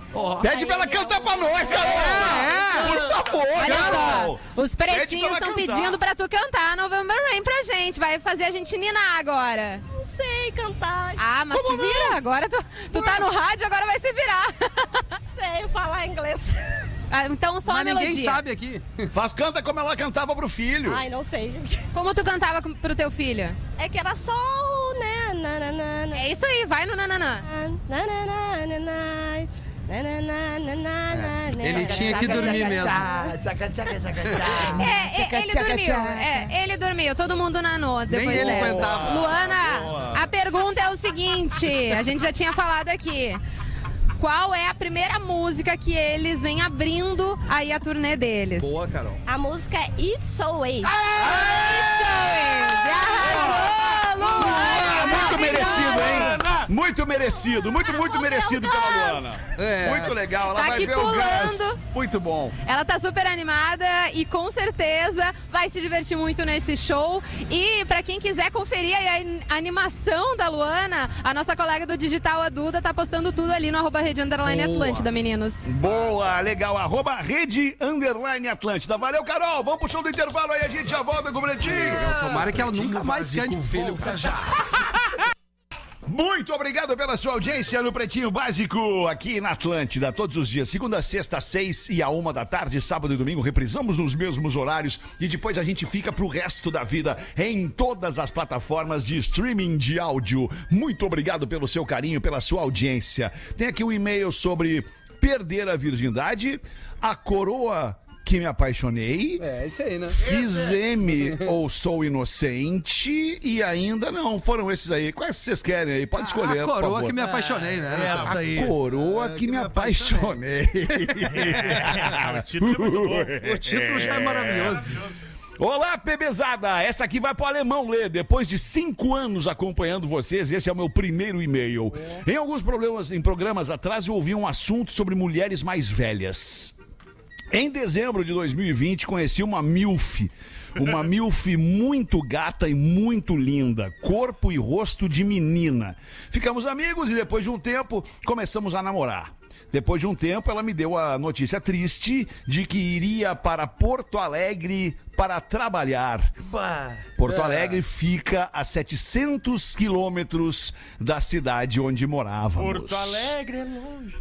E: Pede pra ela cantar pra nós, Carol! Por favor,
G: É, Olha
E: Carol!
G: só, os pretinhos
E: Ah, Pede pra
G: estão
E: ela
G: pedindo pra tu cantar November Rain pra gente, vai fazer a gente ninar agora.
K: Não sei cantar,
G: Ah, mas te vira, agora tu, tu tá no rádio, agora vai se virar.
K: não sei falar inglês.
G: Ah, então
E: tá
G: só a
C: Mas
G: melodia.
C: ninguém sabe aqui.
E: Faz, canta como ela cantava pro filho.
K: Ai, não sei, gente.
G: Como tu cantava com- pro teu filho?
K: É que era só o né, na, na, na, na.
G: É isso aí, vai no nananã.
K: Na, na, na, na, na. Na, na,
E: É, né?
K: na, na, na, na, na.
C: É. Ele
E: tá
C: tinha que dormir mesmo.
G: É, é, ele dormiu. É, ele dormiu. Todo mundo nanou depois
C: Nem ele
G: dessa.
C: aguentava.
G: Luana, a pergunta é o seguinte: a gente já tinha falado aqui. Qual é a primeira música que eles vêm abrindo aí a turnê deles?
C: Boa, Carol.
K: A música é It's So Way.
G: Arrasou, Luana!
E: Ah, muito merecido, hein?
F: Luana!
E: Muito merecido, muito, muito merecido pela Luana.
C: É.
E: Muito legal, ela
G: Tá
E: vai
G: aqui
E: ver o Gus.
G: pulando.
E: Muito bom.
G: Ela tá super animada e com certeza vai se divertir muito nesse show. E pra quem quiser conferir aí a in- animação da Luana, a nossa colega do digital, a Duda, tá postando tudo ali no arroba rede underline
C: Boa.
G: Atlântida, meninos.
E: Boa, legal. Arroba Rede Underline Atlântida. Valeu, Carol. Vamos pro show do intervalo aí, a gente já volta com o Bretinho.
C: Tomara que ela nunca mais cante pro filho.
D: Volta já.
E: Muito obrigado pela sua audiência no Pretinho Básico, aqui na Atlântida, todos os dias, segunda, a sexta, às seis e a uma da tarde, sábado e domingo, reprisamos nos mesmos horários e depois a gente fica pro resto da vida em todas as plataformas de streaming de áudio. Muito obrigado pelo seu carinho, pela sua audiência. Tem aqui um e-mail sobre perder a virgindade, a coroa que me apaixonei.
C: É, isso aí, né?
E: Fiz M ou sou inocente e ainda não. Foram esses aí. Quais vocês querem aí? Pode escolher.
C: a
E: por
C: coroa
E: favor.
C: que me apaixonei, É, né?
F: É,
J: Essa aí.
E: Coroa que, me apaixonei.
F: Ah, o título é muito bom.
C: O título já é maravilhoso.
E: É. Olá, bebezada! Essa aqui vai pro alemão ler. Depois de cinco anos acompanhando vocês, esse é o meu primeiro e-mail. Em alguns problemas, em programas atrás, eu ouvi um assunto sobre mulheres mais velhas. Em dezembro de 2020, conheci uma MILF. Uma MILF muito gata e muito linda, corpo e rosto de menina. Ficamos amigos e depois de um tempo começamos a namorar. Depois de um tempo, ela me deu a notícia triste de que iria para Porto Alegre para trabalhar. Porto
F: É.
E: Alegre fica a 700 quilômetros da cidade onde morávamos.
F: Porto Alegre é longe.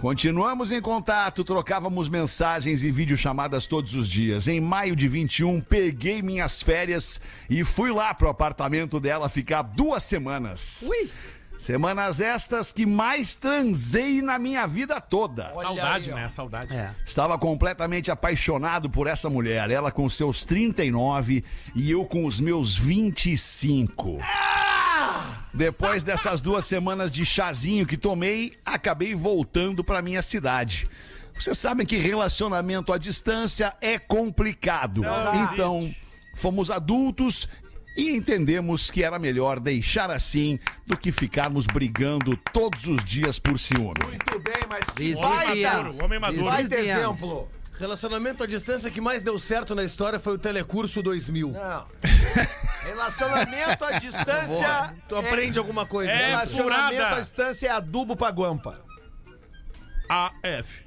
E: Continuamos em contato, trocávamos mensagens e videochamadas todos os dias. Em maio de 21, peguei minhas férias e fui lá pro apartamento dela ficar duas semanas.
C: Ui.
E: Semanas estas que mais transei na minha vida toda.
F: Saudade, né? Saudade.
C: É.
E: Estava completamente apaixonado por essa mulher, ela com seus 39 e eu com os meus 25. Depois destas duas semanas de chazinho que tomei, acabei voltando para minha cidade. Vocês sabem que relacionamento à distância é complicado. então, fomos adultos e entendemos que era melhor deixar assim do que ficarmos brigando todos os dias por ciúme.
B: Muito bem, mas
C: This is
F: Homem
C: the
F: maduro,
C: end.
F: homem maduro.
C: This
B: vai
C: is
B: de
C: the end.
B: exemplo.
J: Relacionamento à distância que mais deu certo na história foi o Telecurso 2000.
B: Não. Relacionamento à distância.
J: Tu aprende alguma coisa.
F: É
J: né?
B: Relacionamento
F: furada.
B: à distância é adubo pra guampa.
F: AF.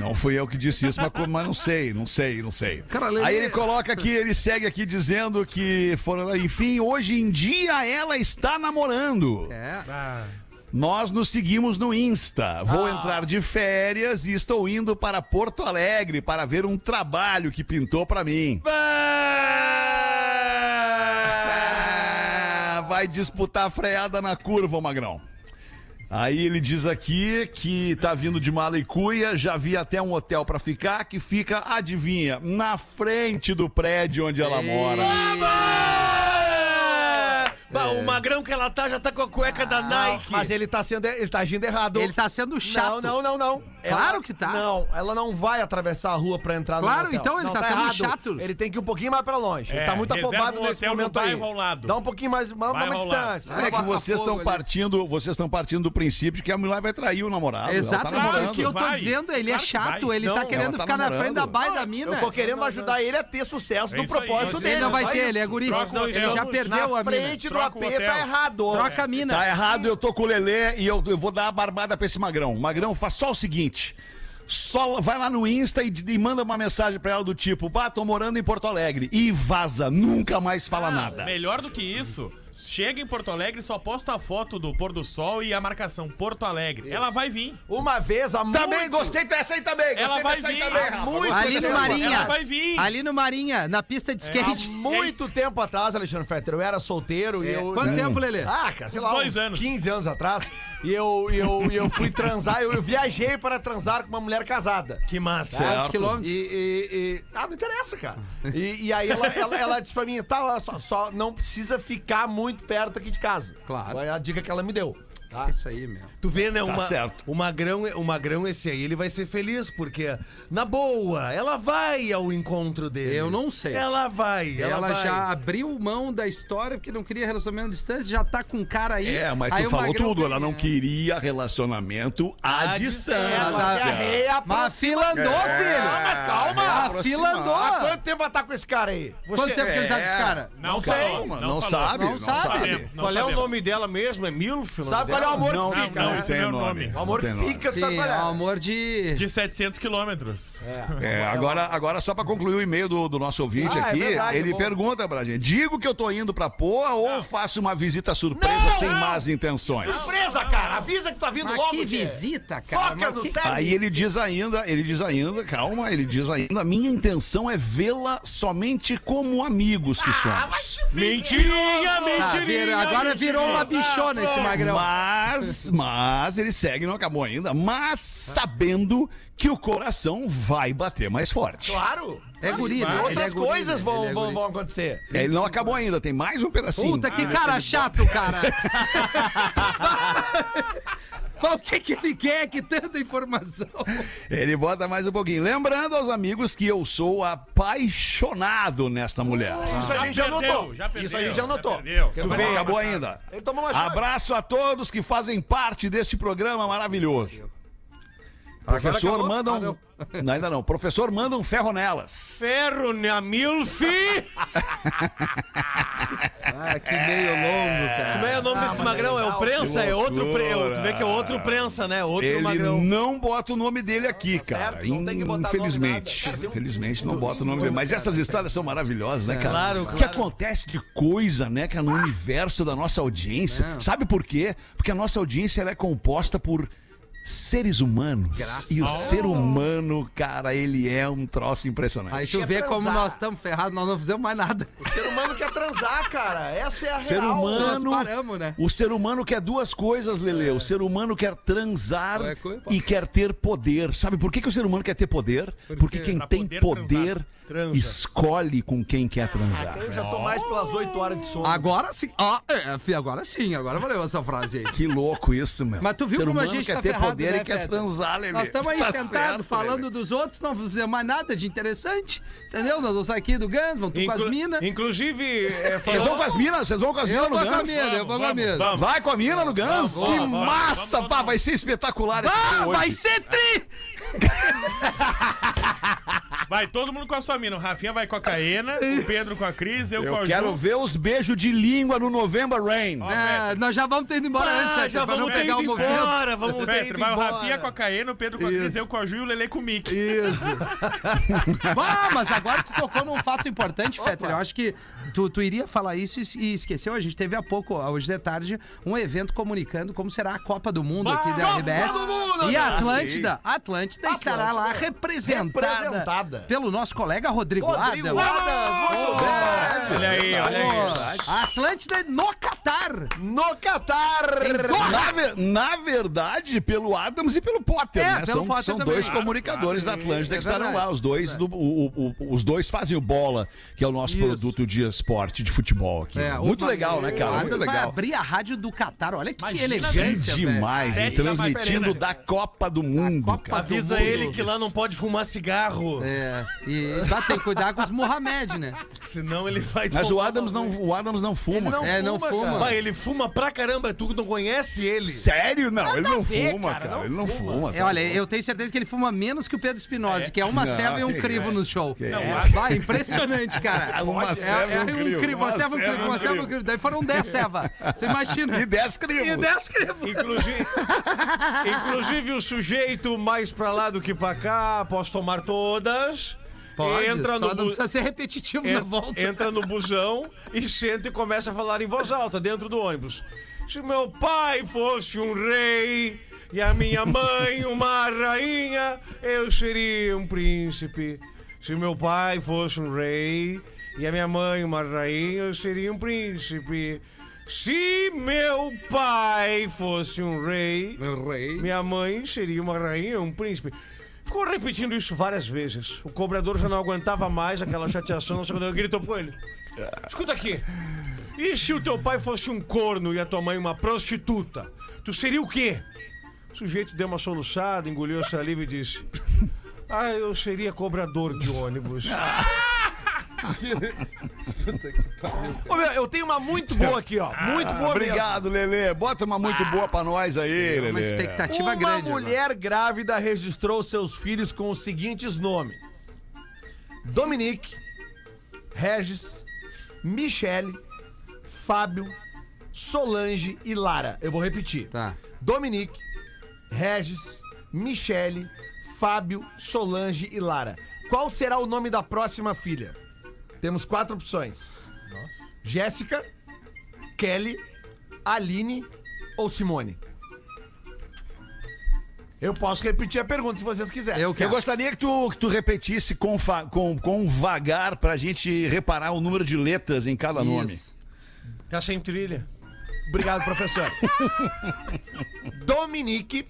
E: Não fui eu que disse isso, mas, como- mas não sei, não sei, não sei.
C: Cara, lê-
E: Aí ele coloca aqui, ele segue aqui dizendo que foram. Enfim, hoje em dia ela está namorando. Ah.
C: É.
E: Nós nos seguimos no Insta. Vou
C: Ah.
E: entrar de férias e estou indo para Porto Alegre para ver um trabalho que pintou para mim. Ah, Vai disputar a freada na curva, Magrão. Aí ele diz aqui que tá vindo de mala e cuia, já vi até um hotel pra ficar, que fica, adivinha, Ah, na frente do prédio onde ela mora.
J: Ah! Bah, O magrão que ela tá já tá com a cueca da Nike.
B: É. Ah, Mas ele tá sendo, ele tá agindo errado.
C: Ele tá sendo chato.
B: Não, não, não, não.
C: Claro que tá.
B: Não, ela não vai atravessar a rua pra entrar
C: Claro,
B: no hotel.
C: então ele
B: Não,
C: tá sendo
B: errado.
C: chato.
B: Ele tem que ir um pouquinho mais pra longe.
F: É,
B: ele tá muito
F: reserva
B: afobado
F: um
B: nesse
F: hotel no
B: momento aí.
F: bairro ao lado.
B: Dá um pouquinho mais, manda
F: Bairro
B: uma
F: ao lado.
B: distância.
E: É que vocês estão partindo, vocês estão partindo do princípio que a mulher vai trair o namorado.
C: Exato,
E: ela tá
C: é
E: namorando.
C: isso que eu tô
F: vai.
C: dizendo. Ele é
F: Claro que
C: chato,
F: vai.
C: ele tá
F: Não,
C: querendo
E: ela tá
C: ficar na
E: namorando.
C: frente da baia da é mina.
B: Eu tô querendo ajudar ele a ter sucesso
F: É
B: no
F: isso aí,
B: propósito
F: nós-
B: dele.
C: Ele não vai
B: só
C: ter,
B: isso.
C: ele é guri.
F: Troca o
C: Ele
F: hotel.
C: já perdeu a
B: Na
C: mina.
B: frente do
F: Troca o
B: AP
F: hotel.
B: tá errado.
C: É. Troca a mina.
E: Tá errado, eu tô com o Lelê e eu, eu vou dar a barbada pra esse magrão. Magrão, faz só o seguinte. Só vai lá no Insta e, e manda uma mensagem pra ela do tipo, bah, tô morando em Porto Alegre. E vaza, nunca mais fala nada.
F: Ah, Melhor do que isso, chega em Porto Alegre e só posta a foto do pôr do sol e a marcação Porto Alegre. Ela vai vir.
B: Uma vez a
E: Também
B: muito-
E: gostei dessa aí também.
F: Ela
E: gostei
F: vai
E: dessa aí
F: vir.
E: também,
F: Ah,
E: Rafa.
B: muito.
E: Gostei
C: Ali
E: dessa
C: no
E: aí.
C: Marinha.
F: Ela vai vir. É.
C: Ali no Marinha, na pista de
B: Há
C: skate.
B: muito tempo atrás, Alexandre Fetter, eu era solteiro e
C: É,
B: eu.
C: Quanto tempo, Lelê?
B: Ah, cara, sei
F: Uns
B: lá,
F: dois
B: uns
F: anos.
B: 15 anos atrás. E eu, e eu, e eu fui transar, eu, eu viajei para transar com uma mulher casada.
J: Que massa.
C: Quantos quilômetros?
B: E, e- e- Ah, não interessa, cara. E, e aí ela, ela, ela disse pra mim, tá, olha só, só não precisa ficar muito perto aqui de casa.
C: Claro.
B: Foi a dica que ela me deu. Tá
C: É Isso aí, meu.
J: Tu vê, né? uma-
E: certo.
J: O magrão, o magrão esse aí, ele vai ser feliz, porque, na boa, ela vai ao encontro dele.
C: Eu não sei.
J: Ela vai, ela,
C: Ela,
J: vai.
C: já abriu mão da história porque não queria relacionamento à distância, já tá com um cara aí.
E: É, mas
C: aí
E: tu
C: o
E: falou
C: Magrão
E: tudo.
C: vem,
E: Ela não
C: é.
E: queria relacionamento à
J: À
E: distância.
C: Mas a- Mas a fila andou, filho.
B: É, ah, Mas calma,
C: A fila andou.
B: Há quanto tempo ela tá com esse cara aí?
C: Quanto tempo que ele tá com esse cara?
F: Não,
E: Calma, não, sabe, não,
C: Não sabe.
E: sabe.
F: Sabemos, não
I: Qual é o
F: sabemos.
I: nome dela mesmo? É Milf? o nome
B: Sabe qual é o
I: dela?
B: amor
E: Não,
B: que fica?
E: não,
B: né?
E: isso é
F: Meu
E: nome.
F: nome.
B: O amor
E: Não
B: que
E: tem nome.
B: fica, tu sabe
C: Sim,
B: qual
C: é
B: é.
C: um amor de...
F: De 700 quilômetros.
E: É, agora, agora só pra concluir o e-mail do, do nosso ouvinte
B: Ah, é
E: aqui,
B: verdade,
E: ele
B: bom.
E: pergunta pra gente: digo que eu tô indo pra Poa ou faço uma visita surpresa sem más intenções?
B: Surpresa, cara! Avisa que tá vindo
C: Mas
B: logo,
C: que
B: tchê.
C: visita, cara.
B: Foca
C: mas
B: no
C: que-
B: cérebro.
E: Aí ele diz ainda, ele diz ainda, calma, ele diz ainda, a minha intenção é vê-la somente como amigos que somos.
F: Mentirinha,
C: Tá, vira- agora virou uma bichona
B: Ah,
C: esse magrão.
E: Mas, mas ele segue, não acabou ainda, mas sabendo que o coração vai bater mais forte.
B: Claro!
C: É guri, né? Ele é
B: Outras
C: guri,
B: coisas
C: né?
B: vão,
C: Ele é
B: vão, Ah,
C: guri.
B: vão acontecer.
E: É, Ele não acabou ainda, tem mais um pedacinho.
C: Puta,
B: é
C: que cara chato, cara. Mas o que, que ele quer que tanta informação?
E: Ele bota mais um pouquinho. Lembrando aos amigos que eu sou apaixonado nesta mulher.
B: Isso a gente já notou. Isso a gente já notou.
E: Tu vê, acabou ainda.
B: Ele tomou uma chave.
E: Abraço a todos que fazem parte deste programa maravilhoso. Professor, manda
B: Ah,
E: um. Não, ainda não. Professor, manda um ferro nelas.
I: Ferro, né? A Milf?
B: É.
C: Ah, que meio longo, cara.
J: Como é o nome
B: Ah,
J: desse magrão?
B: tá
J: É o Prensa? É outro pre...
E: loucura.
J: Tu vê que é outro Prensa, né? Outro
E: Ele
J: magrão.
E: não bota o nome dele aqui, cara.
B: Tá certo, não tem que botar nome,
E: Infelizmente.
B: nada. Cara, tem um-
E: Infelizmente não bota o nome dele. Mas essas histórias são maravilhosas, né, cara?
J: Claro,
E: O que
J: claro.
E: acontece de coisa, né, cara, no universo da nossa audiência. Sabe por quê? Porque a nossa audiência ela é composta por seres humanos. E o ser humano, cara, ele é um troço impressionante.
C: Aí tu
B: Quer
C: vê como
B: transar.
C: nós estamos ferrados, nós não fizemos mais nada.
B: O é ser humano quer transar, cara. Essa é a
E: O ser
B: real.
E: humano,
C: Nós paramos, né? É.
E: o ser humano quer duas coisas, Lele. O ser humano quer transar
C: Qual é a coisa?
E: e quer ter poder. Sabe por que, que o ser humano quer ter poder? Porque quem
F: Pra
E: tem
F: poder
E: poder
J: Transa.
E: escolhe com quem quer transar.
B: Eu então já tô mais pelas 8 horas de sono.
C: Agora sim. Ó, é, fi, agora sim, agora valeu essa frase aí.
E: Que louco isso, meu.
C: Mas tu viu
E: O ser
C: como a
E: humano
C: gente
E: quer
C: tá
E: ter
C: ferrado,
E: poder
C: né,
E: e quer
C: Feta?
E: transar, Lele.
C: Nós estamos aí
E: Tá certo,
C: sentados falando
E: Lelê.
C: dos outros, não fizemos mais nada de interessante, entendeu? Nós vamos sair aqui do Gans, vamos tu com as
I: Inclu-
C: minas.
I: Inclusive, é,
E: Vocês vão com as minas? Vocês vão com as
C: Eu
E: minas no
C: vou com a
E: Gans?
C: mina, eu vou com a
F: Vamos,
C: mina.
F: vamos.
E: Vai com a mina no Gans?
C: Vamos,
E: que
C: vamos, vamos.
E: massa,
F: Vamos,
E: pá!
F: vamos.
E: Vai ser espetacular esse
C: Ah,
E: show hoje.
C: vai ser tri!
F: Vai todo mundo com a sua mina. O Rafinha vai com a Caena, o Pedro com a Cris, eu, com a
E: Eu quero
F: Ju.
E: ver os beijos de língua no November Rain.
C: É, nós já vamos ter ido embora antes,
J: Ah,
C: Feta,
J: já
C: pra não
J: vamos ter
C: pegar
J: ido
C: o movimento.
J: embora, vamos ter
F: Petra,
J: ido
F: vai o
J: embora.
F: Rafinha com a Caena, o Pedro com a Cris, eu com a Ju e o Lele com o Mick.
C: Isso. ah, mas agora tu tocou num fato importante, Fetter. Eu acho que tu, tu iria falar isso e, e esqueceu. A gente teve há pouco, hoje de tarde, um evento comunicando como será a Copa do Mundo aqui da RBS. e a Atlântida, a Atlântida estará lá representada,
B: Representada.
C: pelo nosso colega Rodrigo,
B: Rodrigo
C: Adams.
B: Adams, muito
E: É verdade.
I: Olha aí, olha aí.
C: A Atlântida é no Catar.
B: No Catar!
E: Na, ver- na verdade, pelo Adams e pelo Potter,
C: É,
E: né?
C: pelo
E: são
C: Potter
E: são
C: também.
E: dois comunicadores da Atlântida
C: é
E: que estarão
C: verdade.
E: lá. Os dois, do- o- o- o- os dois fazem o Bola, que é o nosso
C: Isso.
E: produto de esporte, de futebol aqui.
C: É,
E: Muito
C: o-
E: legal, né,
C: O
E: cara?
C: Adams
E: Muito
C: vai
E: legal.
C: abrir a rádio do Catar. Olha que
F: Imagina,
E: Que
C: elegância, velho.
E: demais, hein?
F: Sete da
E: transmitindo
F: Barcarena.
E: da Copa do Mundo. cara.
J: Avisa ele que lá não pode fumar cigarro.
C: Tá É, e tá, tem que cuidar com os Mohamed, né?
J: Senão ele vai.
E: Mas o
J: tomar
E: Adams não, o Adams não fuma. cara.
C: é, né? não fuma.
J: Pai, ele fuma pra caramba, tu não conhece ele?
E: Sério? Não, ele não fuma, cara. Ele não fuma.
C: É,
E: tá
C: olha,
E: louco.
C: eu tenho certeza que ele fuma menos que o Pedro Espinosa, que é uma
E: Não,
C: ceva e um
E: que
C: crivo
E: isso.
C: no show.
E: Que isso.
C: Vai, impressionante, cara.
E: Uma ceva e um crivo.
C: Uma ceva e um crivo, uma ceva e um crivo. Daí foram 10 ceva. Tu imagina.
E: E 10 crivos.
C: E 10
E: é
C: crivos.
I: Inclusive, inclusive o sujeito mais pra lá do que pra cá, posso tomar todas.
C: Pode,
I: entra
C: só
I: no
C: não
I: bu-
C: precisa ser repetitivo
I: en-
C: na volta.
I: entra no busão e senta e começa a falar em voz alta dentro do ônibus. Se meu pai fosse um rei e a minha mãe uma rainha, eu seria um príncipe. Se meu pai fosse um rei e a minha mãe uma rainha, eu seria um príncipe. Se meu pai fosse um rei, minha mãe seria uma rainha, um príncipe. Ficou repetindo isso várias vezes. O cobrador já não aguentava mais aquela chateação, não sei quando ele gritou com ele. Escuta aqui. E se o teu pai fosse um corno e a tua mãe uma prostituta? Tu seria o quê? O sujeito deu uma soluçada, engoliu a saliva e disse: Ah, eu seria cobrador de ônibus.
B: Ô, meu, eu tenho uma muito boa aqui, ó. Muito boa mesmo.
E: Obrigado, Lelê. Bota uma muito boa pra nós aí, Lelê.
C: Ah. É Uma expectativa
B: Uma
C: grande. né?
B: mulher grávida registrou seus filhos com os seguintes nomes: Dominique, Regis, Michele, Fábio, Solange e Lara. Eu vou repetir:
C: Tá.
B: Dominique, Regis, Michele, Fábio, Solange e Lara. Qual será o nome da próxima filha? Temos quatro opções: Jéssica, Kelly, Aline ou Simone. Eu posso repetir a pergunta se vocês quiserem.
C: Eu
E: Eu
C: quero.
E: gostaria que tu, que tu repetisse com, fa- com, com vagar pra gente reparar o número de letras em cada nome.
C: Isso.
I: Tá sem trilha.
B: Obrigado, professor. Dominique.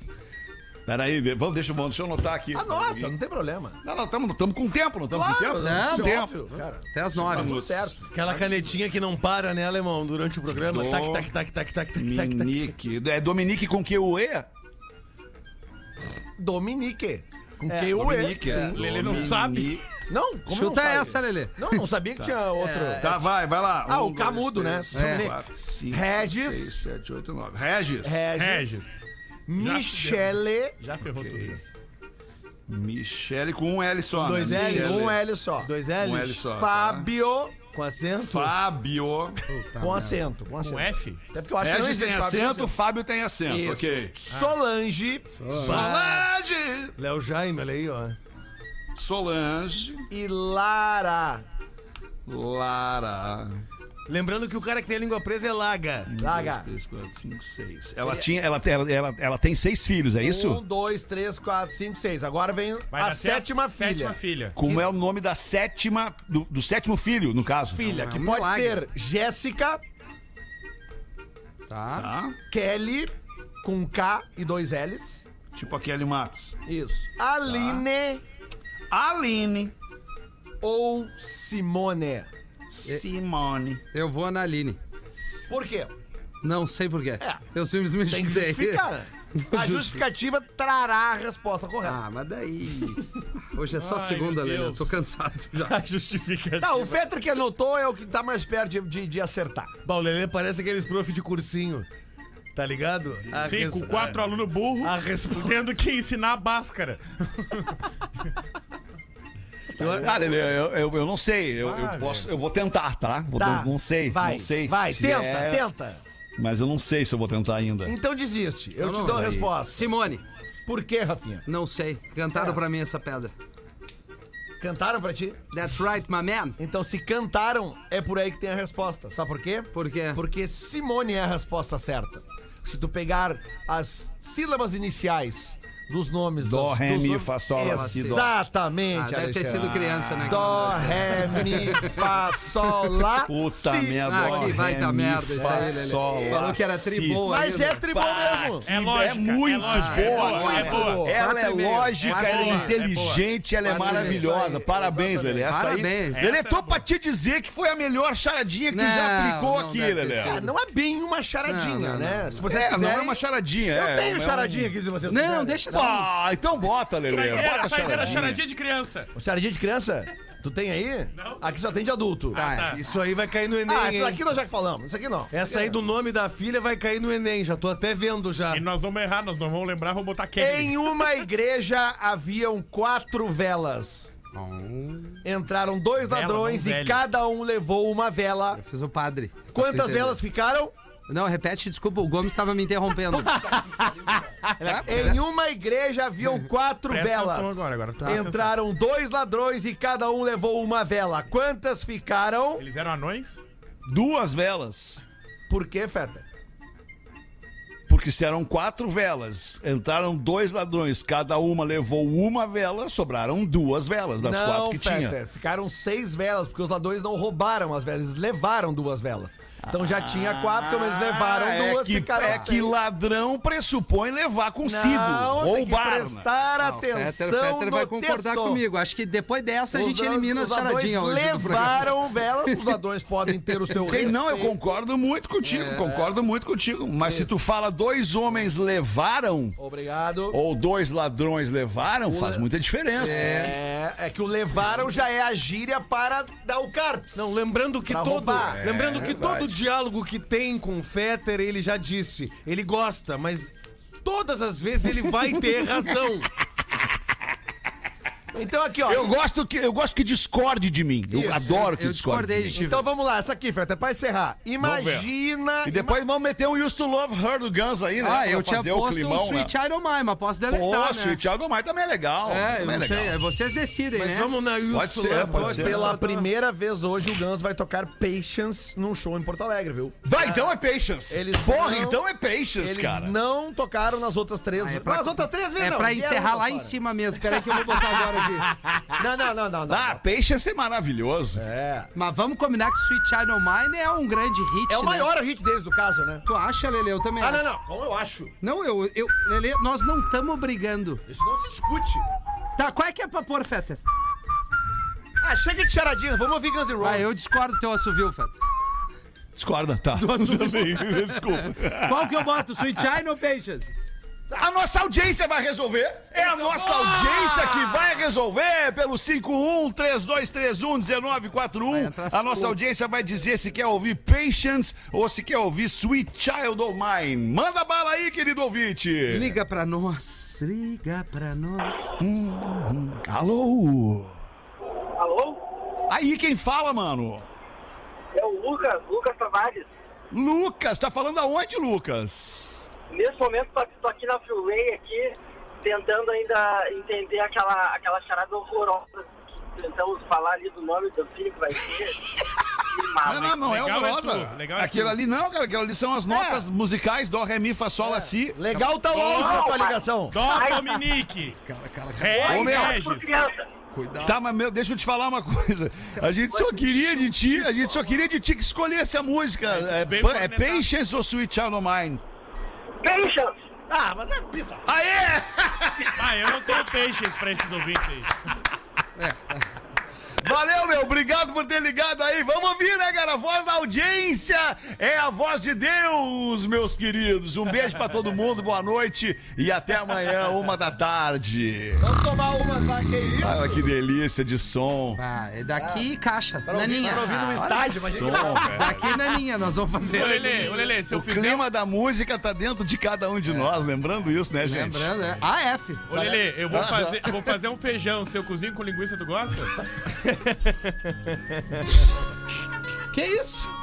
E: Peraí, vê- vamos, deixa, eu- bom, deixa eu anotar aqui.
B: Anota, então não tem problema.
E: Não, não, estamos com tempo, não estamos com tempo?
C: Não,
E: Com
B: Isso é
E: tempo.
B: óbvio, cara.
C: Até as 9.
B: Tudo certo.
J: Aquela canetinha que não para, né, alemão, durante o programa. Tac, tac, tac, tac, tac, tac, tac,
B: tá
J: tac.
E: Dominique. É Dominique com que o E?
B: Dominique. Com
E: É,
B: Q-U-E.
E: Dominique, é.
B: Sim.
E: Lelê não sabe.
B: Não, como
C: Chuta
B: não sabe?
C: essa, Lelê.
B: Não, não sabia que tinha outro.
E: Tá, vai, vai lá.
B: Ah, o
E: dois,
B: Camudo,
E: três,
B: né?
E: quatro,
B: É.
E: quatro, cinco,
B: Regis.
E: seis, sete, oito, nove. Regis.
B: Regis. Michele.
F: Já ferrou tudo.
E: Michele com um L só.
B: Dois
E: né?
B: L,
E: Michele.
B: um L só.
J: Dois
E: Um
J: L's.
E: L só. tá?
B: Fábio. Com acento? Tá,
E: Fábio.
B: com acento. Com acento.
F: Com F?
B: Até porque eu acho
E: Regis
B: que
E: tem
B: não existe Fábio
E: acento, Fábio tem acento.
B: Isso.
E: Ok.
B: Solange
E: Solange.
J: Léo Jaime, olha aí, ó.
E: Solange.
B: e Lara.
E: Lara.
J: Lembrando que o cara que tem a língua presa é Laga.
B: Laga. é-
E: 3, 4, 5, 6. Ela, tinha, ela, ela, ela, ela tem seis filhos, é isso?
B: Um, dois, três, quatro, cinco, seis. Agora vem
F: Vai
B: a
F: nascer a
B: sétima filha.
F: Sétima filha.
E: Como é o nome da sétima. Do, do sétimo filho, no caso.
B: Filha, que
C: um
B: pode
C: milagre.
B: ser Jéssica,
C: Tá.
E: Tá?
B: Kelly, com K e dois L's.
E: Tipo a Kelly Matos.
B: Isso. Aline
J: Tá.
E: Aline.
B: ou Simone.
E: Simone.
C: Eu vou na Aline.
B: Por quê?
C: Não sei porquê.
B: É.
C: Eu simplesmente
B: Tem que
C: chutei.
B: justificar. né? A justificativa trará a resposta correta.
C: Ah, mas daí. Hoje é só
F: Ai,
C: segunda,
F: meu
C: Lelê. Eu
F: Deus.
C: tô cansado já.
J: Ah.
F: Justifica.
B: Tá, o Fetter que anotou é o que tá mais perto de, de- de acertar.
J: Bah, o Lelê parece aqueles prof de cursinho. Tá ligado? A É.
F: Sim,
J: res-
F: com quatro
B: é.
F: alunos burro,
J: A resposta.
F: tendo que ensinar a báscara.
E: Ah, Lelê, eu, eu, eu não sei. Eu, eu, posso, eu vou tentar, tá? Vou-
B: Tá.
E: Não sei.
B: Vai,
E: não sei.
B: vai,
E: se
B: tenta,
E: é,
B: tenta.
E: Mas eu não sei se eu vou tentar ainda.
B: Então desiste. Eu
C: Não,
B: te
C: não,
B: dou a
C: daí.
B: resposta.
C: Simone,
B: Por quê, Rafinha?
C: não sei. Cantaram
B: É.
C: pra mim essa pedra.
B: Cantaram pra ti?
C: That's right, my man.
B: Então, se cantaram, é por aí que tem a resposta. Sabe por quê?
C: Por quê?
B: Porque Simone é a resposta certa. Se tu pegar as sílabas iniciais dos nomes
E: Dó,
B: dos,
E: ré,
B: dos
E: mi,
B: nomes.
E: fá, sol, lá, si, dó.
B: Exatamente.
C: Ah, deve ter
B: Alexandre.
C: sido criança, né? que
B: Dó,
C: mandou.
B: ré, mi, fá, sol, lá.
E: Puta
B: si.
E: merda.
C: Ah, que vai dar merda isso aí, Lelê. Falou que era triboa.
B: Mas é tribal mesmo.
F: É lógica.
E: muito
F: lógica, é
E: boa,
F: boa, é
E: cara.
F: boa.
E: Ela é
C: Quatro e meio.
E: lógica,
C: Quatro
E: ela
C: e
E: é
C: meio.
E: inteligente, ela é
C: Quatro e meio.
E: maravilhosa. Parabéns, Lelê. Essa aí.
C: Parabéns.
E: Lelê, tô pra te dizer que foi a melhor charadinha que tu já
C: Não,
E: aplicou
C: não
E: aqui,
C: deve ter
E: Lelê.
C: sido.
B: Não é bem uma charadinha,
C: Não, não,
B: né? Se você
E: É, não é
B: quiserem,
E: uma charadinha.
B: Eu
E: é,
B: tenho
E: é um-
B: charadinha aqui, se vocês
C: Não,
B: quiserem.
C: deixa assim.
E: Ah, então bota, Lelê. Bota
F: Era,
E: a
F: saideira,
E: charadinha.
F: charadinha de criança.
B: Charadinha de criança? Tu tem aí? Aqui só tem de adulto.
C: Tá.
L: Isso aí vai cair no Enem.
B: Ah,
L: hein?
B: isso aqui nós já falamos. Isso aqui não.
L: Essa aí do nome da filha vai cair no Enem, já tô até vendo já.
F: E nós vamos errar, nós não vamos lembrar, vamos botar Kelly.
B: Em uma igreja haviam quatro velas. Entraram dois
F: Vela,
B: ladrões
F: não
B: e
F: velho.
B: cada um levou uma vela.
C: Fiz o padre.
B: Quantas
C: Entendeu?
B: velas ficaram?
C: Não, repete, desculpa, o Gomes estava me interrompendo.
E: Ah,
C: Tá, pois é.
B: Em uma igreja haviam quatro
F: Presta
B: velas.
F: atenção agora, agora. Presta atenção.
B: Entraram dois ladrões e cada um levou uma vela. Quantas ficaram?
F: Eles eram anões?
E: Duas velas.
B: Por quê, Feta?
E: Porque se eram quatro velas, entraram dois ladrões, cada uma levou uma vela, sobraram duas velas das quatro que tinha.
B: Ficaram seis velas, porque os ladrões não roubaram as velas, eles levaram duas velas. Então já tinha quatro, como eles levaram
E: Ah, é
B: duas,
E: que,
B: ficaram
E: é que
B: seis.
E: ladrão pressupõe levar consigo,
B: Não, tem que
E: roubar. né?
B: prestar
C: O
B: atenção
C: Fetter- Fetter
B: no
C: vai concordar
B: texto.
C: comigo. Acho que depois dessa a
B: Os né?
C: gente
B: ladrões-
C: elimina a
B: os ladrões
C: charadinha hoje. do programa.
B: levaram velas, os ladrões podem ter o seu
E: Tem,
L: é
E: não, eu
B: respeito.
E: concordo muito contigo,
C: É.
E: concordo muito contigo. Mas se tu fala dois homens levaram
B: Obrigado.
E: ou dois ladrões levaram, faz muita diferença.
B: É, é que o levaram já é a gíria para dar o carpes.
L: Não, lembrando que
B: Pra
L: todo,
B: roubar. É,
L: lembrando que
E: verdade.
L: todo diálogo que tem com o Fetter, ele já disse, ele gosta, mas todas as vezes ele vai ter razão.
B: Então aqui, ó.
E: Eu gosto que eu gosto que discorde de mim. Eu adoro que
C: Eu
E: discorde. de
C: discordei
E: mim.
C: de ti.
B: Então vamos lá, essa aqui, Feta, pra encerrar. Imagina.
E: E depois vamos meter um Used to Love Her do Guns aí, né?
C: Ah,
E: Pra
C: eu tinha
E: fazer
C: posto o
E: climão, né?
C: Sweet Iron Mine, mas posso deletar,
E: Pô,
C: né?
E: Sweet Child Mine também é legal.
C: É, eu
E: também
C: não
E: é legal.
C: sei, é, vocês decidem,
L: Mas
C: né?
L: vamos na Wilson
E: Pode ser,
L: Love.
E: pode ser.
B: Pela primeira vez hoje, o Guns vai tocar Patience num show em Porto Alegre, viu?
E: Vai, então é Patience.
B: Eles
E: Porra,
B: não-
E: então é Patience,
B: Eles
E: cara.
B: não tocaram nas outras três
C: Ah, é
B: vezes.
C: pra-
B: Nas outras três vezes,
C: É
B: não.
C: pra
B: vieram
C: encerrar
B: pra
C: lá em
B: fora.
C: cima mesmo. Peraí que eu vou botar agora aqui.
B: Não, não, não, não. não.
E: Ah, Patience é maravilhoso.
B: É.
C: Mas vamos combinar que Sweet Child O' Mine é um grande hit,
B: É o
C: né?
B: maior hit deles, do caso, né?
C: Tu acha, Lele? Eu também
B: Ah,
C: acho.
B: não, não. Como eu acho?
C: Não, eu, eu... Lele, nós não estamos brigando.
B: Isso não se discute.
C: Tá, qual é que é pra pôr, Fetter?
B: Ah, chega de charadinha. Vamos ouvir Guns N' Roses.
C: Ah, eu discordo do teu assovio, Fetter.
E: Discorda, tá. Também, Desculpa.
C: Qual que eu boto? Sweet Child ou Patience?
E: A nossa audiência vai resolver. É a nossa audiência que vai resolver pelo 5132311941.
C: entrar
E: A nossa
C: tudo.
E: audiência vai dizer se quer ouvir Patience ou se quer ouvir Sweet Child of Mine. Manda bala aí, querido ouvinte.
C: Liga pra nós. Liga pra nós.
E: Alô.
K: Alô?
E: Aí quem fala, mano?
K: É o Lucas, Lucas Tavares.
E: Lucas, tá falando aonde, Lucas?
K: Nesse momento tô, tô aqui na Freeway aqui, tentando ainda entender aquela, aquela charada horrorosa que tentamos falar ali do nome do filho que vai ser. Que mal,
E: Não, não, não, é
F: legal é
E: horrorosa.
F: tu, legal é
E: aquilo
F: tu.
E: ali não, cara, aquilo ali são as notas musicais, dó, ré, mi, fá, sol, lá, si.
B: Legal tá o áudio da tua
K: Não, mas-
B: ligação.
F: Dó, Dominique!
C: Cara, cara, cara.
F: Ré,
E: Ô, meu.
K: Por
F: Regis!
K: criança.
C: Cuidado.
E: Tá, mas meu, deixa eu te falar uma coisa. A gente só queria de ti, a gente só queria de ti que escolhesse a música. É,
F: bem
E: pa- é
F: cornetado.
E: Patience ou Sweet Child of Mine?
K: Patience!
B: Ah, mas é pizza.
E: Aê!
F: Ah, eu não tenho peixes pra esses ouvintes aí.
E: Valeu, meu. Obrigado por ter ligado aí. Vamos ouvir, né, cara? A voz da audiência é a voz de Deus, meus queridos. Um beijo pra todo mundo, boa noite e até amanhã, uma da tarde.
B: Vamos tomar umas lá, que isso?
E: Ah, que delícia de som. Ah,
C: Ah, é daqui caixa. Naninha.
B: Pra ouvir num estádio, imagina.
E: Som, velho.
C: Daqui Naninha nós vamos fazer.
F: Ô, Lelê, ô, Lelê, se eu
E: O
F: fizer... um
E: clima da música tá dentro de cada um de nós, lembrando isso, né, gente?
C: Lembrando, é. AF.
F: Ô, Lelê, eu vou fazer, eu vou fazer um feijão. Se eu cozinho com linguiça, tu gosta?
C: Que isso?